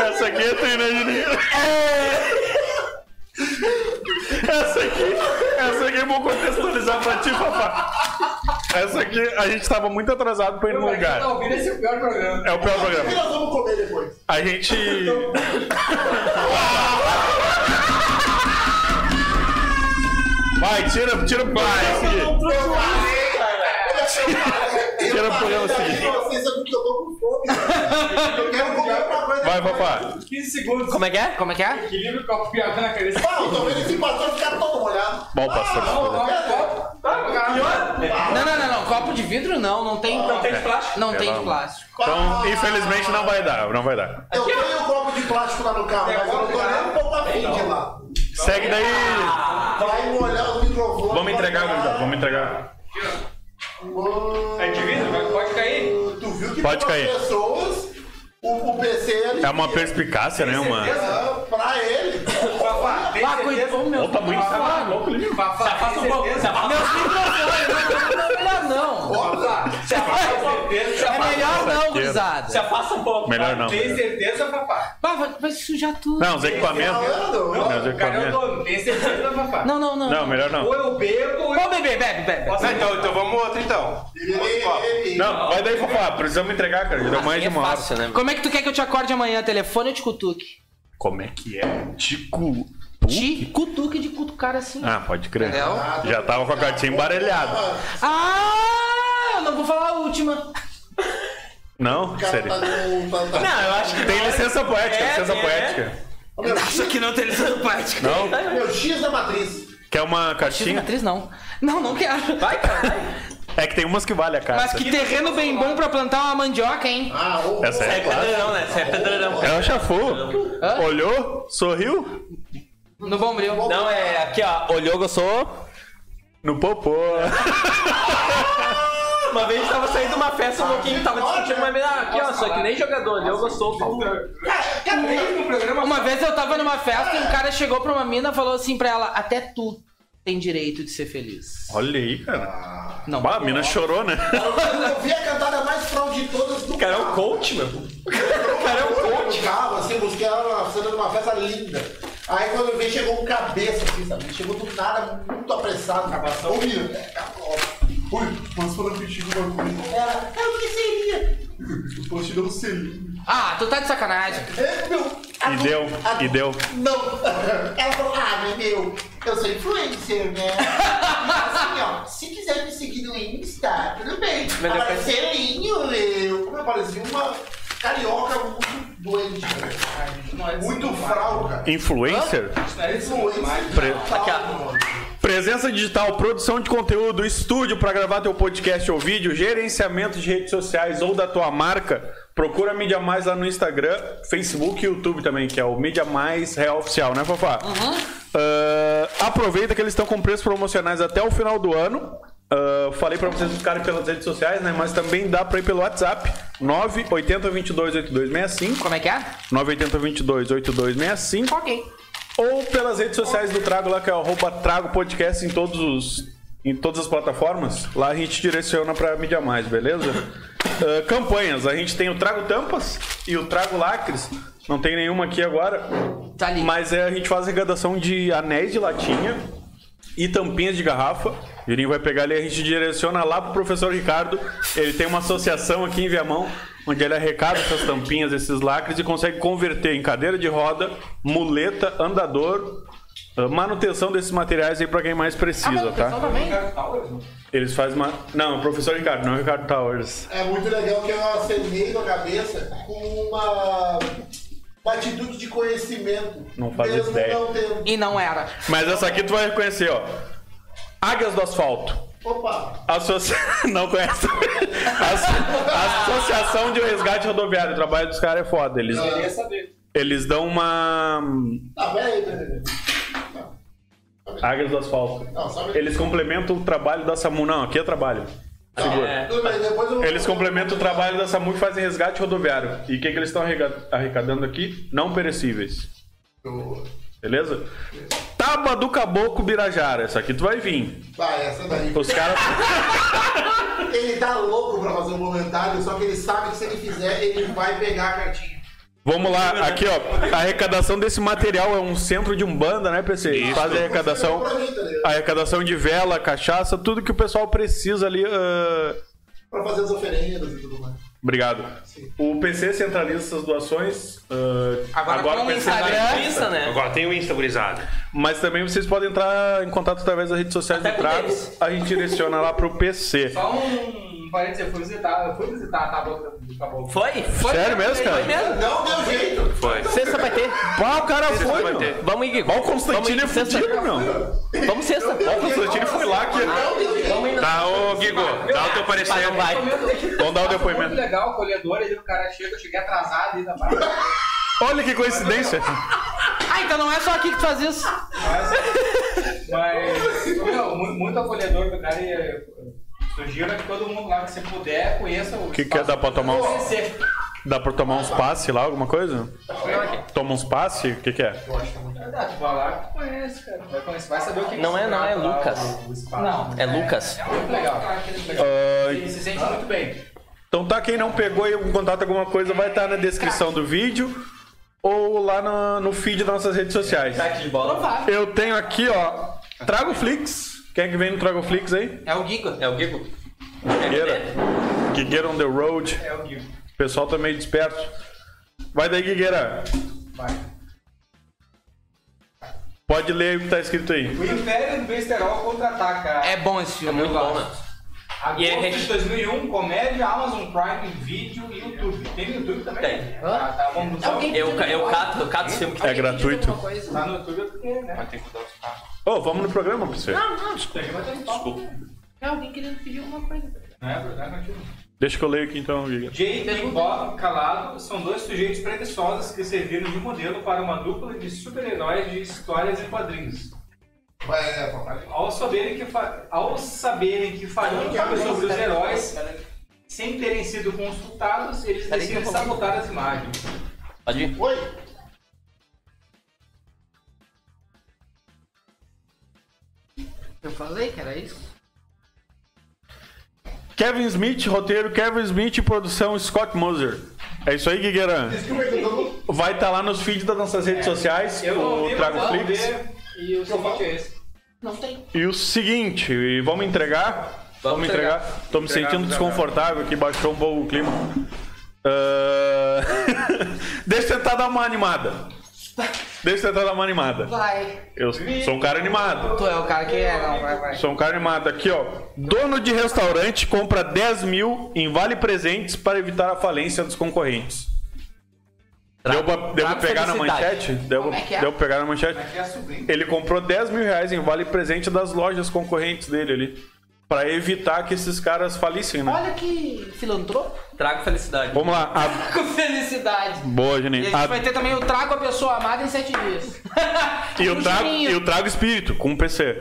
B: Essa aqui é treina de ninho.
L: É.
B: Essa aqui, essa aqui eu vou contextualizar pra ti, Fafá. Essa aqui, a gente tava muito atrasado pra ir num
L: Tá
B: lugar.
L: ouvindo esse é o pior programa.
B: É o pior
C: O que
B: programa.
C: nós vamos comer depois?
B: A gente. Vai, tira, tira o pai.
C: Eu falei, cara. Eu
B: Quero
C: falei
B: programa
C: daqui,
B: seguinte.
C: Vocês sabem que eu tô com fome, cara. Eu quero comer alguma coisa.
B: Vai, Fafá.
L: 15 segundos.
E: Como é que é? Como é que é?
L: Equilíbrio com a piada na cabeça.
C: Ah, eu tô vendo esse pastor ficar todo molhado. Ah,
B: Tá Bom, pastor.
L: Toma um copo.
E: Não, não, não, não. Copo de vidro não, não tem. Não
A: tem de plástico?
E: Não tem de
B: Pelo
E: plástico.
B: Então, infelizmente, não vai dar. Não vai dar.
C: Eu tenho um copo de plástico lá no carro, mas eu não tô nem um pouco afim de ir lá.
B: Segue daí.
C: Vai molhar o microfone.
B: Vamos entregar, gurizada. Vamos entregar.
C: Mano,
L: É divino, vai- pode cair.
C: Tu viu que
B: Pode
C: pra
B: cair.
C: pessoas, o, o PC ele
B: É uma perspicácia, né, mano?
C: Ah, pra ele.
L: Fafá, tem
E: Ah,
L: certeza?
E: cuidou, meu.
B: Ô, tá muito louco, ele.
L: Fafá,
A: Afasta um
L: tem
A: pouco,
L: certeza?
A: se afasta.
E: É melhor não.
C: Opa,
A: Se afasta um pouco.
E: É melhor não, gurizada.
A: Se afasta um pouco.
B: Melhor não.
L: Tem certeza, Fafá?
E: Bah, vai, vai sujar tudo.
B: Não, os equipamentos.
C: falando.
B: Não, os
L: Cara, eu
B: equipamentos.
L: dono. Tem certeza, Fafá?
E: Não, não, não.
B: Não, melhor não.
L: Ou eu bebo ou eu...
E: Ô, bebê, bebe, bebe.
D: Não, então, então vamos outro, então. Outro copo.
B: Não, vai daí, Fafá. Precisamos entregar, cara. Já Deu mais de uma hora.
E: Como é que tu quer que eu te acorde amanhã? Telefone ou te cutuque?
B: Como é que é? Tico.
E: Te cutuque de cutucar assim.
B: Ah, pode crer.
E: Entendeu?
B: Já tava com a cartinha embaralhada.
E: Ah, eu não vou falar a última.
B: Não?
C: O cara
B: Sério.
C: tá no. Tá, tá.
A: Não, eu acho que
B: Tem licença poética,
A: É,
B: licença
A: é.
B: poética.
C: Ô, Meu,
E: Isso aqui não tem lição prática.
B: Não?
C: meu X da matriz.
B: Quer uma cartinha?
E: Matriz não. Não, não quero.
B: Tá,
E: Vai, cara.
B: É que tem umas que vale a
E: Mas
B: carta.
E: que terreno bem bom pra plantar uma mandioca, hein?
C: Ah, ô,
B: Essa
A: É
B: é clássica.
A: pedreirão, né? Você é pedreirão.
B: Ela chafou. Olhou, sorriu,
E: No Bombril.
A: Não, é aqui, ó.
O: Olhou, gostou?
B: no popô.
A: Uma vez tava saindo de uma festa, o
B: Ah,
A: Louquinho tava discutindo, mas me ah, aqui, ó, só que nem jogador, eu gostou.
L: Mesmo programa.
E: Uma vez eu tava numa festa e um cara chegou pra uma mina e falou assim pra ela: Até tu tem direito de ser feliz.
B: Olha aí, cara.
E: Não.
B: Bah, a mina chorou, né?
C: Eu vi a cantada mais fraude de todas do
A: O cara é um
C: carro.
A: coach, meu.
C: cara é um coach. carro, assim, busquei ela na cena de uma festa linda. Aí quando eu vi, chegou um cabeça assim, sabe? Ele Chegou do nada, muito apressado. Acabação. Ô, Mira, é, ó, Ui, mas falando contigo uma coisa. Ela, é o que seria? Eu posso te dar um selinho.
E: Ah, tu tá de sacanagem.
C: É, meu.
B: E deu, e deu.
C: Não. Ela falou, ah, meu, meu, eu sou influencer, né? E assim, ó, se quiser me seguir no Insta, tudo bem.
P: Mas depois-
C: Aparecelinho, meu. Como eu parecia uma carioca muito doente. cara. Muito fralda.
B: Influencer?
P: é
B: Pre- Presença digital, produção de conteúdo, estúdio para gravar teu podcast ou vídeo, gerenciamento de redes sociais ou da tua marca. Procura a Mídia Mais lá no Instagram, Facebook e YouTube também, que é o Mídia Mais Real Oficial, né, Fafá? Ah, aproveita que eles estão com preços promocionais até o final do ano. Ah, falei para vocês ficarem pelas redes sociais, né? Mas também dá para ir pelo WhatsApp 980 22 8265.
E: Como é que é?
B: 980 22 8265.
E: Ok.
B: Ou pelas redes sociais do Trago lá, que é o arroba Trago Podcast em todos os. Em todas as plataformas, lá a gente direciona pra mídia mais, beleza? Ah, campanhas, a gente tem o Trago Tampas e o Trago Lacres. Não tem nenhuma aqui agora.
E: Tá ali.
B: Mas é, a gente faz arrecadação de anéis de latinha e tampinhas de garrafa. O Juninho vai pegar ali, a gente direciona lá pro professor Ricardo. Ele tem uma associação aqui em Viamão, onde ele arrecada essas tampinhas, esses lacres e consegue converter em cadeira de roda, muleta, andador, ah, manutenção desses materiais aí pra quem mais precisa, tá?
E: também.
B: Eles fazem uma. Não, o professor Ricardo, não o Ricardo Towers.
C: É muito legal que eu acenei na cabeça com uma, uma atitude de conhecimento.
B: Não faz
C: mesmo
B: ideia.
C: não tendo.
E: E não era.
B: Mas essa aqui tu vai reconhecer, ó. Águias do Asfalto.
C: Opa!
B: Associa... Não conhece Asso- Associação de Resgate Rodoviário. O trabalho dos caras é foda. Eles,
L: Queria saber.
B: eles dão uma.
C: Tá, peraí, peraí.
B: Águias do asfalto.
C: Não, sabe-
B: Eles complementam o trabalho da SAMU. Não, aqui é trabalho. Segura.
A: É.
C: Tudo bem, depois eu
B: Eles complementam o trabalho da SAMU e fazem resgate rodoviário. E o que, que eles estão arrega- arrecadando aqui? Não perecíveis. Beleza? Taba do Caboclo Birajara. Essa aqui tu vai vir.
C: Vai, essa daí.
B: Os caras.
C: Ele tá louco pra fazer um comentário, só que ele sabe que se ele fizer, ele vai pegar a cartinha.
B: Vamos lá, aqui ó, a arrecadação desse material é um centro de umbanda, né, PC? Faz a
C: um
B: arrecadação,
C: tá
B: a arrecadação de vela, cachaça, tudo que o pessoal precisa ali. ah,
C: Pra fazer as oferendas e tudo mais.
B: Obrigado. O PC centraliza essas doações. ah,
E: Agora com o Instagram,
B: centraliza.
E: Insta, né?
D: Agora tem o Insta, gurizada.
B: Mas também vocês podem entrar em contato através das redes sociais do
L: com
B: Trago.
L: eles.
B: A gente direciona lá pro PC.
L: Só um parênteses, eu fui visitar, eu fui visitar a tábua do caboclo.
A: Foi? Foi
B: Sério mesmo, cara?
C: Não deu jeito.
D: Foi.
A: Sexta vai ter.
B: Pá, Ah, o cara
A: Sexta
B: foi,
A: vai ter.
B: meu.
A: Vamos, Igor.
B: Ó, o Constantino é
A: Vamos, sexta.
B: fudido, meu.
A: Vamos sexta.
B: Ó, o Constantino foi lá que.
D: Tá, ô Guigo, dá o teu parecer.
A: Vai, não vai.
B: Vamos dar o
L: Muito
B: depoimento.
L: legal, colhedor, e o cara chega, eu cheguei atrasado ainda mais.
B: Olha que coincidência.
E: Ah, então não é só aqui que tu faz isso.
L: Mas, meu, mu- muito acolhedor do cara e eh, sugiro que todo mundo lá que você puder conheça o.
B: O que, que é? Dá pra tomar
L: Não,
B: uns. Dá pra tomar uns passe lá, alguma coisa? Toma uns passe? O que, que é?
L: dá, tu vai lá, tu conhece, cara. Vai, conhecer, vai saber o que
A: Não
L: que
A: é, não, é
L: trata lá,
A: Lucas.
L: o- o espaço. Não.
A: É Lucas.
L: Muito legal.
B: Ah,
L: Ele se sente muito bem.
B: então tá, quem não pegou e contato alguma coisa vai estar na descrição do vídeo ou lá na- no feed das nossas redes sociais.
L: Tá
Q: Ataque de bola.
B: Eu tenho aqui, ó, Tragoflix. Quem é que vem no Tragoflix aí?
E: É o Giga.
Q: É o Gigo?
B: Guigueira. Guigueira on the road.
L: É o Guigo.
B: O pessoal tá meio desperto. Vai daí, Guigueira.
L: Vai.
B: Pode ler o que tá escrito aí.
L: O Império do Besterol contra-ataca.
E: É bom esse filme.
A: Muito bom, né?
L: Agosto
A: E aí, gente-
L: de 2001, comédia, Amazon Prime, vídeo e YouTube. Tem no YouTube também?
A: Tem.
L: Tá, tá, vamos
E: É
L: no sal.
A: Eu, é ca- eu cato, eu cato sempre.
B: É gratuito.
L: Tá no YouTube é porque, né?
D: Tem que mudar os carros.
B: Ô, vamos no programa, professor.
D: Desculpa.
E: É alguém querendo pedir alguma coisa.
L: né? Não é verdade, continua.
B: Deixa que eu leio aqui então, Guigueira.
L: Jake e Bob Calado são dois sujeitos preguiçosos que serviram de modelo para uma dupla de super-heróis de histórias e quadrinhos.
C: Vai, é, papai.
L: Ao saberem que, fa... Ao saberem que farão filmes sobre os heróis, sem terem sido consultados, eles decidem sabotar as imagens.
A: Pode ir.
C: Oi?
E: Eu falei que era isso.
B: Kevin Smith, roteiro Kevin Smith, produção Scott Moser. É isso aí, Guigueira.
C: Desculpa, eu tô...
B: Vai estar lá nos feeds das nossas redes sociais, o Trago Flix.
L: E o seguinte é esse.
E: Não tem.
B: E o seguinte, e vamos entregar? Vamos, entregar. Tô me
L: Entregar,
B: sentindo
L: vamos
B: desconfortável aqui, baixou um pouco o clima. Ah, Deixa eu tentar dar uma animada. Deixa eu tentar dar uma animada.
E: Vai.
B: Eu sou um cara animado.
E: Tu é o cara que é, não, vai, vai.
B: Sou um cara animado. Aqui, ó. Dono de restaurante compra 10 mil em vale presentes para evitar a falência dos concorrentes. Deu pra, deu pra
R: trago
B: pegar na
R: felicidade.
B: manchete? Deu,
R: Como
B: pra-
R: é que é?
B: deu pra pegar na manchete?
R: Como é que é, sobrinho?
B: Ele comprou 10 mil reais em vale presente das lojas concorrentes dele ali. Pra evitar que esses caras falissem, né?
E: Olha que filantropo.
A: Trago felicidade.
B: Vamos lá. a-
E: Com felicidade.
B: Boa,
E: E a
B: Janine. Ah,
E: gente
B: A-
E: vai ter também o Trago a Pessoa Amada em sete dias.
B: E
E: um
B: eu trago,
E: Juninho.
B: eu trago espírito com o PC.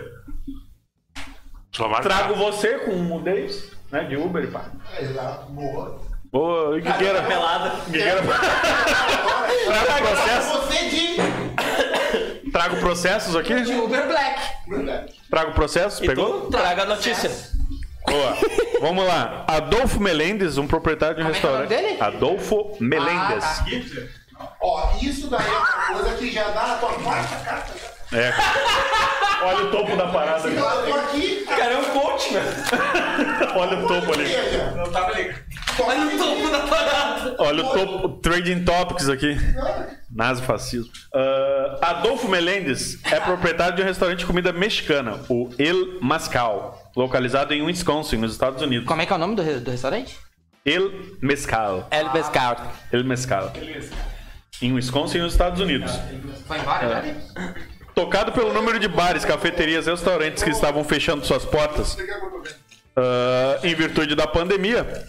B: Trago você com o Davis, né? De Uber e pá.
C: Exato, boa.
B: Boa, e Guigueira.
C: Pelada.
B: Guigueira. Trago processos.
C: É Você de.
B: Trago processos aqui?
E: De Uber Black.
B: Trago processos, pegou?
A: Traga a notícia.
B: Boa. Vamos lá. Adolfo Melendes, um proprietário de um
C: é o nome
B: restaurante.
C: dele?
B: Adolfo Melendes.
C: Ah, tá. Ó, isso daí é uma coisa que já dá na tua quarta carta.
B: É. Olha o topo da parada.
C: Eu tô aqui.
A: Cara, é um coach, velho.
B: Olha o topo ali.
A: Não
L: tá
A: tava ali. Olha o topo da parada.
B: Olha o topo. Trading Topics aqui. Nazifascismo. Ah, Adolfo Melendes é proprietário de um restaurante de comida mexicana, o El Mascal, localizado em Wisconsin, nos Estados Unidos.
E: Como é que é o nome do, re- do restaurante?
B: El Mezcal.
E: El Mezcal.
B: El Mezcal. Em Wisconsin, nos Estados Unidos.
E: Foi embora,
B: É.
E: né?
B: Tocado pelo número de bares, cafeterias e restaurantes que estavam fechando suas portas ah, em virtude da pandemia,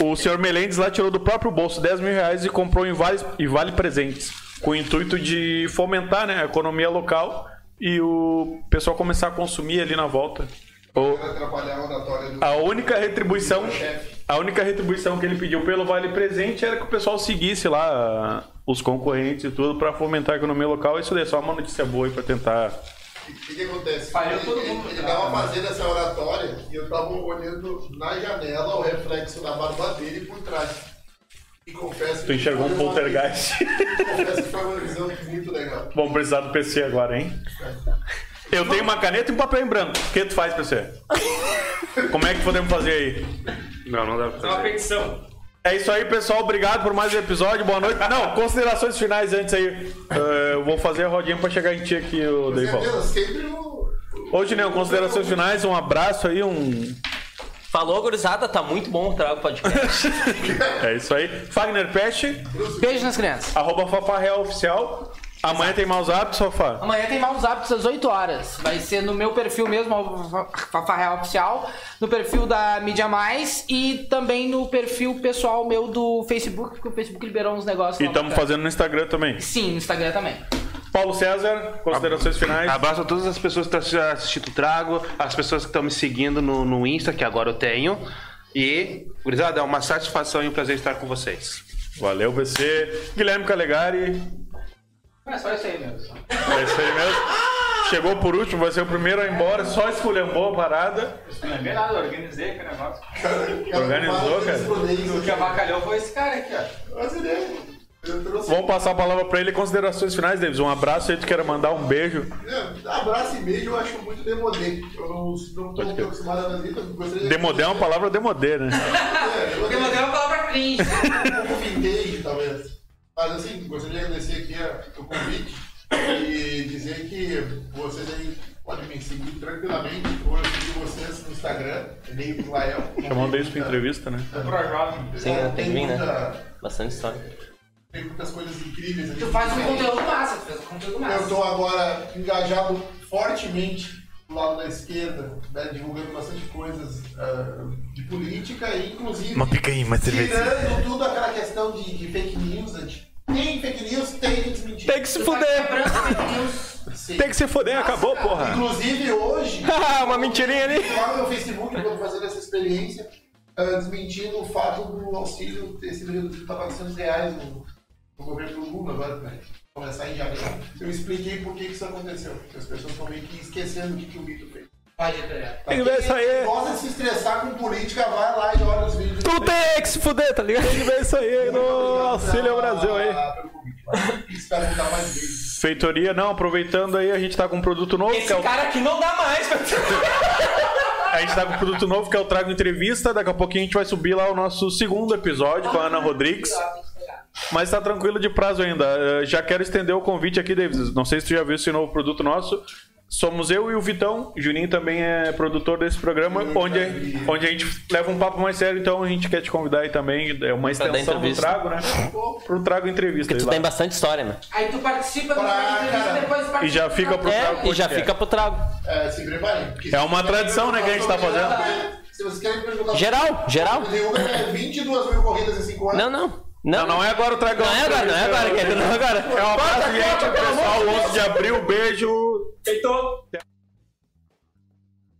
B: o senhor Melendes lá tirou do próprio bolso 10 mil reais e comprou em vale, em vale presentes, com o intuito de fomentar né, a economia local e o pessoal começar a consumir ali na volta. O-
C: Atrapalhar a oratória do.
B: a única retribuição, a única retribuição que ele pediu pelo vale presente era que o pessoal seguisse lá ah, os concorrentes e tudo pra fomentar a economia local. Isso daí é só uma notícia boa aí pra tentar.
C: O que, que acontece? ele, ele, ele tava fazendo essa oratória e eu tava olhando na janela o reflexo da barba dele por trás. E confesso
B: Tu
C: que
B: enxergou um
C: foi uma-
B: poltergeist.
C: Confesso que foi uma visão muito legal.
B: Vamos precisar do PC agora, hein? Eu tenho uma caneta e um papel em branco. O que tu faz, PC? Como é que podemos fazer aí? Não, não dá pra
S: É uma petição.
B: É isso aí, pessoal. Obrigado por mais um episódio. Boa noite. Não, considerações finais antes aí. Eh, eu vou fazer a rodinha pra chegar em ti aqui, o Deival.
C: Certeza, sempre o.
B: Hoje, Neo, considerações finais, um abraço aí, um.
A: Falou, gurizada, tá muito bom o trago podcast.
B: É isso aí. Fagner Peste.
E: Beijo nas crianças.
B: Arroba Fafá Real Oficial. Amanhã tem maus hábitos, Fafá.
E: Amanhã tem Maus Hábitos às 8 horas. Vai ser no meu perfil mesmo, Fafá Real Oficial, no perfil da Mídia Mais e também no perfil pessoal meu do Facebook, porque o Facebook liberou uns negócios.
B: E
E: lá
B: estamos
E: bacana.
B: fazendo no Instagram também.
E: Sim, no Instagram também.
B: Paulo César, considerações finais.
D: Abraço a todas as pessoas que estão assistindo o Trago, as pessoas que estão me seguindo no, no Insta, que agora eu tenho. E, gurizada, é uma satisfação e um prazer estar com vocês.
B: Valeu, BC. Guilherme Calegari.
L: É só isso aí mesmo.
B: É isso aí mesmo. Chegou por último, vai ser o primeiro a ir embora, só esculhambou a parada.
L: Isso não é bem nada, eu organizei aquele negócio.
B: Organizou, cara.
L: O que abacalhou foi esse cara aqui, ó.
B: Vamos passar a palavra pra ele. Considerações finais, Davis. Um abraço aí, tu quer mandar um beijo.
C: É, Abraço e beijo eu acho muito demodê. Eu não, não tô acostumado a fazer, eu gostaria de.
B: Demodé é uma palavra demodê, né?
C: Demodê
E: é uma palavra cringe.
C: Um pouco vintage, talvez. Mas assim, gostaria de agradecer aqui a- o convite e dizer que vocês aí podem me seguir tranquilamente. Vou seguir vocês no Instagram, Ney Lael.
B: Chamou o Davis pra entrevista, né?
A: Sim, né? tem que vir, né?
C: muita-
A: Bastante história.
C: Tem muitas coisas incríveis aqui.
E: Tu faz um conteúdo massa, tu faz um conteúdo massa.
C: Eu estou agora engajado fortemente do lado da esquerda, né, divulgando bastante coisas ah, de política e inclusive
B: Uma picanha, uma cerveja.
C: tirando tudo aquela questão de, de fake news. né, de- Tem fake news, tem que desmentir.
B: Tem que se fuder. Tem que se foder, acabou, porra.
C: Inclusive hoje.
B: Uma mentirinha ali.
C: Lá no meu Facebook, eu tô fazendo essa experiência, ah, desmentindo o fato do auxílio ter sido reduzido para 400 reais no, no governo do Lula, agora, né? Começar em janeiro. né? Eu expliquei por que que isso aconteceu. Porque as pessoas estão meio que esquecendo o que, que o Mito fez.
E: Pode entregar.
C: Tá? Quem Gosta de se estressar com política, vai lá e olha os vídeos.
B: Tu tem que se fuder, tá ligado? Tem que ver isso aí no Auxílio Brasil aí.
C: Espero mudar mais vezes.
B: Feitoria, não, aproveitando aí, a gente tá com um produto novo. que é o...
T: Cara, que não dá mais, meu
B: A gente tá com um produto novo que é o Trago Entrevista. Daqui a pouquinho a gente vai subir lá o nosso segundo episódio com a Ana Rodrigues. Mas tá tranquilo de prazo ainda. Eh, Já quero estender o convite aqui, Davis. Não sei se tu já viu esse novo produto nosso. Somos eu e o Vitão. Juninho também é produtor desse programa, onde, onde a gente leva um papo mais sério. Então a gente quer te convidar aí também. É uma
A: Pra dar
B: extensão do
A: entrevista.
B: Trago, né? Pro Trago Entrevista.
A: Porque
B: aí
A: tu
B: lá.
A: tem bastante história, né?
E: Aí tu participa do entrevista e depois participa.
B: E já fica pro
A: É,
B: Trago
A: e já
B: Podcast.
A: fica pro trago.
C: É, se preparem. porque-
B: É uma tradição, né, que a gente tá fazendo.
C: Se vocês querem perguntar.
A: Geral, geral.
C: Nenhuma é 22 mil corridas em 5 anos.
A: Não, não. Não,
B: Não é agora o Tragão.
A: Não é agora, não é agora, querido, não é agora.
B: É um abraço, gente. Pessoal, 11 de abril, beijo.
T: Feitou.